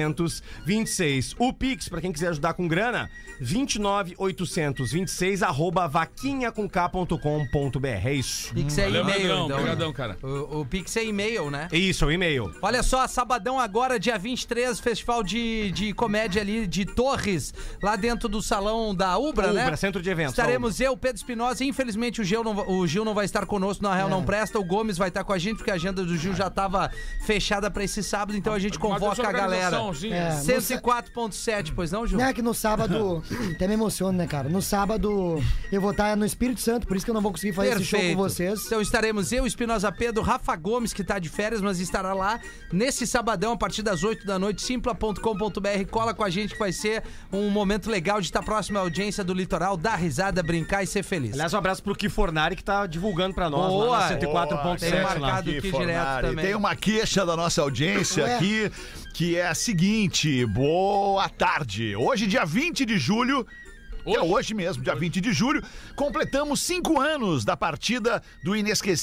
G: 29826. O Pix, pra quem quiser ajudar com grana, 29826 arroba vaquinha com k.com.br. É isso.
C: Pix é
F: Valeu,
C: e-mail,
F: Magrão.
C: então.
F: Obrigadão, cara.
C: O, o Pix é e-mail, né?
G: É isso, é o e-mail.
C: Olha só, sabadão agora, dia 23, festival de, de comédia ali de Torres, lá dentro do salão da Ubra, né?
G: Ubra, é centro de eventos,
C: Estaremos eu, Pedro Espinosa, infelizmente o Gil, não, va- o Gil não vai estar conosco, na
G: É.
C: real não presta, o Gomes vai estar com a gente, porque a agenda do Gil já estava fechada pra esse sábado, então a gente
F: Mas
C: convoca
F: essa
C: a galera.
F: organização, assim, sim.
E: É.
C: 104.7, pois não, Gil?
E: Não, é que no sábado. Até me emociono, né, cara? No sábado eu vou estar no Espírito Santo, por isso que eu não vou conseguir fazer esse show com vocês.
C: Então estaremos eu, Espinosa Pedro, Rafa Gomes, que tá de férias, mas estará lá nesse sabadão, a partir das 8 da noite, simpla.com.br. Cola com a gente que vai ser um momento legal de estar próximo à audiência do litoral, dar risada, brincar e ser feliz.
G: Aliás, um abraço pro Kifornari que tá divulgando pra nós
C: Boa.
G: lá na
C: Tem
G: 104.7 lá.
C: marcado. aqui direto
B: Fornari.
C: também.
B: Tem uma queixa da nossa audiência
E: Ué.
B: aqui, que é a seguinte: boa tarde. Hoje, dia 20 de julho. que É hoje mesmo, dia 20 de julho, completamos cinco anos da partida do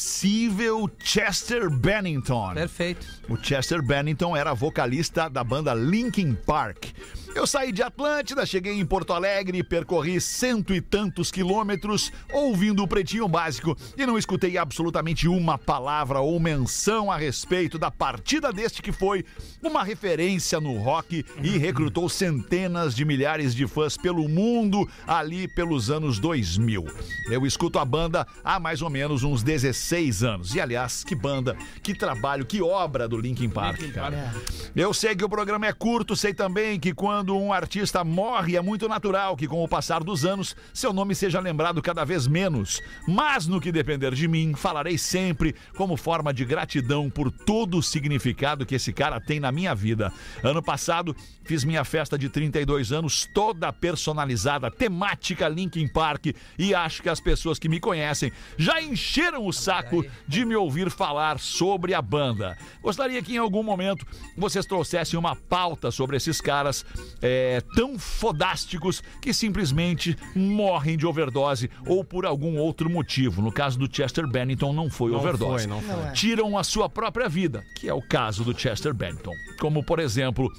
B: inesquecível Chester Bennington.
C: Perfeito.
B: O Chester Bennington era vocalista da banda Linkin Park. Eu saí de Atlântida, cheguei em Porto Alegre, percorri cento e tantos quilômetros ouvindo o Pretinho Básico e não escutei absolutamente uma palavra ou menção a respeito da partida deste que foi uma referência no rock e recrutou centenas de milhares de fãs pelo mundo ali pelos anos 2000. Eu escuto a banda há mais ou menos uns 16 anos. E aliás, que banda, que trabalho, que obra do Linkin Park, cara. Eu sei que o programa é curto, sei também que quando um artista morre é muito natural que com o passar dos anos seu nome seja lembrado cada vez menos. Mas no que depender de mim, falarei sempre como forma de gratidão por todo o significado que esse cara tem na minha vida. Ano passado fiz minha festa de 32 anos toda personalizada, temática Linkin Park e acho que as pessoas que me conhecem já encheram o saco de me ouvir falar sobre a banda. Gostaria que em algum momento vocês trouxessem uma pauta sobre esses caras é, tão fodásticos que simplesmente morrem de overdose ou por algum outro motivo. No caso do Chester Bennington, não foi
G: Não
B: overdose.
G: foi, não foi.
E: Não é.
B: Tiram a sua própria vida, que é o caso do Chester Bennington. Como, por exemplo,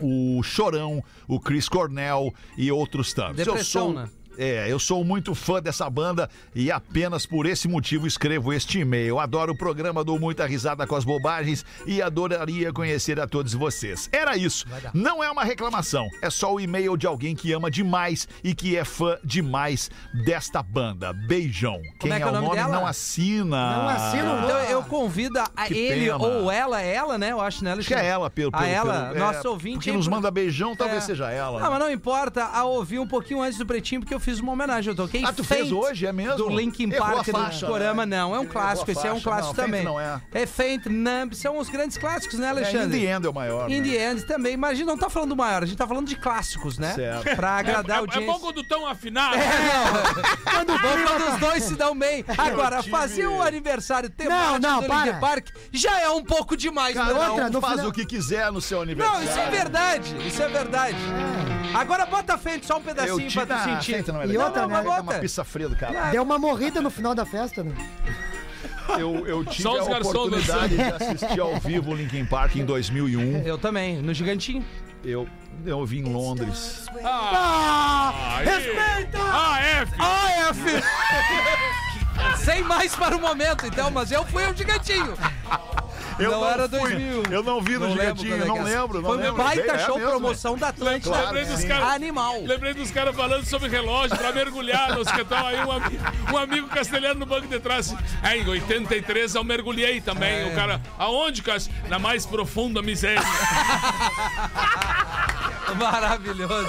B: o Chorão, o Chris Cornell e outros tantos. Eu
C: Depressão,
B: sou-
C: né?
B: É, eu sou muito fã dessa banda e apenas por esse motivo escrevo este e-mail. Adoro o programa, dou muita risada com as bobagens e adoraria conhecer a todos vocês. Era isso. Não é uma reclamação, é só o e-mail de alguém que ama demais e que é fã demais desta banda. Beijão. Quem
C: é que é o nome dela?
B: não assina.
E: Não assina o
C: Então eu convido a
B: Ah, Que
C: ele
B: pena.
C: ou ela, ela, né? Eu acho, né,
B: Acho que é ela, pelo
C: A
B: pelo-
C: ela,
B: pelo- é,
C: nossa ouvinte.
B: Porque nos
C: aí,
B: manda beijão, Então talvez
C: É.
B: seja ela. né?
C: Não, mas não importa, a ouvir um pouquinho antes do Pretinho, porque eu fiz uma homenagem, eu toquei
B: Ah, tu fez
C: Faint,
B: hoje, é mesmo?
C: Do Linkin
B: Errou a
C: Park,
B: faixa,
C: do Corama,
B: né?
C: não, é um
B: Errou a
C: clássico, esse é um
B: faixa,
C: clássico
B: não, Faint
C: também.
B: não é.
C: é Faint, Numb, são os grandes clássicos, né,
B: É, In
C: Alexandre?
B: the End é o maior.
C: In
B: né?
C: the End também, mas a gente não tá falando do maior, a gente tá falando de clássicos, né?
B: Certo.
C: Pra agradar
F: é,
C: o
F: é bom quando estão
C: É.
F: afinados.
C: quando bom, quando os dois se dão bem. Agora, fazer um aniversário temático
E: não,
C: do
E: para.
C: Linkin Park já é um pouco demais, né?
B: Cada
E: outra,
B: um
E: no
B: faz
E: final-
B: o que quiser no seu aniversário.
C: Não, isso é verdade, isso é verdade. Agora bota a frente só um
B: Eu
C: pedacinho
B: te
C: pra tu
B: dá,
C: sentir.
B: aceita, não é
E: E
B: legal.
E: outra,
C: não,
E: né?
C: mas
B: Dá
C: bota.
B: uma pizza fria do
C: Ah.
B: cara.
E: É, Deu uma morrida no final da festa, né?
B: Eu, eu tive a
F: Só os garçons né?
B: oportunidade de assistir ao vivo o Linkin Park em 2001.
C: Eu também, no gigantinho.
B: Eu, eu vi em Londres.
C: Ah, respeita!
F: AF!
C: AF! é, Sem mais para o momento, então, mas eu fui o gigantinho.
B: Eu
C: é não,
B: não
C: era
B: fui.
C: 2000.
B: Eu não vi no Gigantinho,
C: lembro quando é
B: não
C: que é.
B: lembro, não
C: Foi um
B: lembro.
C: baita
B: É
C: show
B: mesmo,
C: promoção da Atlântida.
F: Lembrei dos
C: Sim.
F: caras-
C: Animal.
F: Lembrei dos caras falando sobre relógio pra mergulhar no hospital. Aí um, ami- um amigo castelhano no banco de trás. Aí, em 83 eu mergulhei também. O cara, aonde, Cássio? Na mais profunda miséria.
C: Maravilhoso.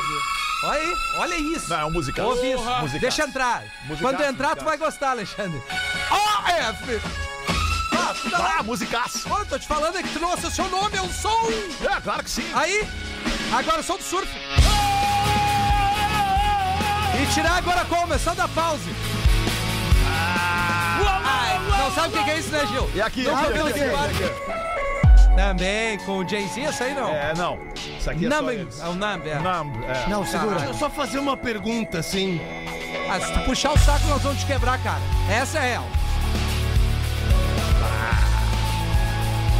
C: Olha aí, olha isso.
B: Não, é um musical.
C: Ouve isso.
B: Porra. Musicaço.
C: Deixa entrar.
B: Musicaço,
C: Quando entrar,
B: musicaço.
C: tu vai gostar, Alexandre. Ó, F! Ah, tu tá lá.
B: Ah, musicaço.
C: Olha, tô te falando é que tu não associou nome, é um som.
B: É, claro que sim.
C: Aí, agora o som do surf. E tirar agora como? Só da pause. Ai, não sabe o que que é isso, né, Gil?
B: E aqui,
C: Nunca
B: aqui,
C: ouviu
B: aqui,
C: esse
B: aqui,
C: barco? Também, com o Jay-Z, essa aí não.
B: É, não. Isso aqui é só
C: Namb,
B: eles.
C: é o Namb, é.
B: Namb, é.
E: Não, segura.
C: Caralho.
G: Só fazer uma pergunta, assim.
C: Ah, se tu puxar o saco, nós vamos te quebrar, cara. Essa é real.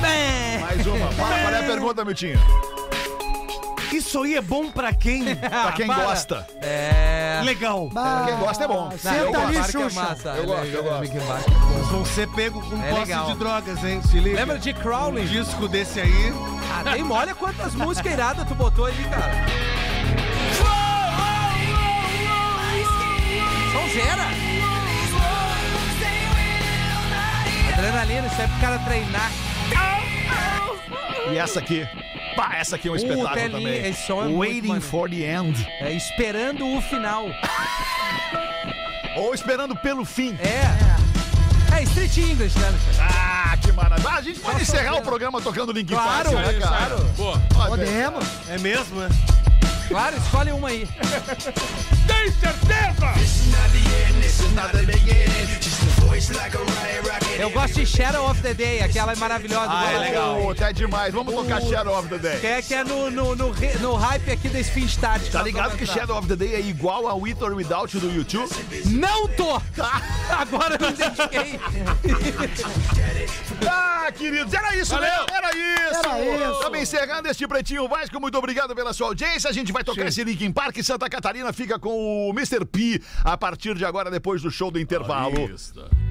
C: Bem,
B: Mais uma. Fala, Qual é a pergunta, Miltinho?
G: Isso aí é bom pra quem?
B: Pra quem
C: Ah, para.
B: gosta.
C: É.
G: Legal.
E: Bah,
B: Quem gosta é bom.
E: Senta
B: Eu
E: ali,
C: Barca é
E: Xuxa.
C: massa.
B: Eu gosto, eu gosto.
C: Big Barca.
G: Nós vamos ser pego com
C: É
G: posse
C: legal.
G: de drogas, hein? Se liga.
C: Lembra de
G: Um
C: Crowley?
G: disco desse aí.
C: Ah, nem olha quantas músicas iradas tu botou ali, cara. Sonzeira. Adrenalina, isso é pro cara treinar.
B: E essa aqui. Pá, essa aqui é um espetáculo
C: Telinha,
B: também.
C: esse som é muito
B: Waiting
C: maneiro.
B: for the End.
C: É, esperando o final.
B: Ou Esperando pelo Fim.
C: É. É Street English, né, Alexandre?
B: Ah, que maravilha. Ah, a gente pode encerrar o programa tocando Link
C: é. Claro,
B: Park, né, cara?
C: claro.
F: Boa.
E: Podemos.
G: É mesmo, né?
C: Claro, escolhe uma aí.
F: Tem certeza!
C: Eu gosto de Shadow of the Day, aquela é maravilhosa.
B: Ah, é
C: Vamos lá.
B: legal. Até demais. Vamos tocar Shadow of the Day.
C: Que é, que é no, no, no, re- no hype aqui da Spin Start.
B: Tá ligado que Shadow of the Day é igual a With or Without You do YouTube?
C: Não tô!
B: Tá.
C: Agora eu me identifiquei.
B: Ah, queridos, era isso,
F: Valeu.
B: né? Era isso.
E: Era isso.
B: Também encerrando este Pretinho Vasco, muito obrigado pela sua audiência. A gente vai tocar esse Linkin Park. Santa Catarina fica com o Mr. P a partir de agora, depois do show do intervalo.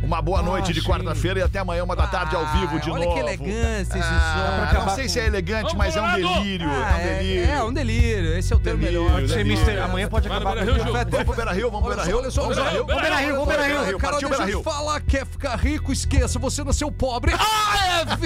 B: Uma boa noite de quarta-feira e até amanhã, uma da tarde, ao vivo de
C: Ah, olha
B: novo.
C: que elegância esse
B: Ah,
C: som.
B: não sei se é elegante, mas é um
F: Vamos, Colorado.
B: delírio.
C: Ah,
B: é um
C: é,
B: delírio.
C: é um delírio. Esse é o termo
B: Delírio,
C: melhor.
B: delírio.
G: Mister, amanhã pode
F: Vai no
G: acabar.
F: Beira Rio, Gil.
B: Vamos pro Beira Rio, vamos pro Beira Rio.
C: Olha só,
B: Vamos
C: olha
B: pro
C: só,
B: Beira Rio.
E: Beira-Rio,
C: olha só.
E: vamos Beira-Rio.
B: Beira Rio,
C: Carol,
B: partiu
C: deixa
B: Beira
C: eu
B: Rio.
C: te falar, quer ficar Ah, rico, esqueça, você nasceu pobre. AF!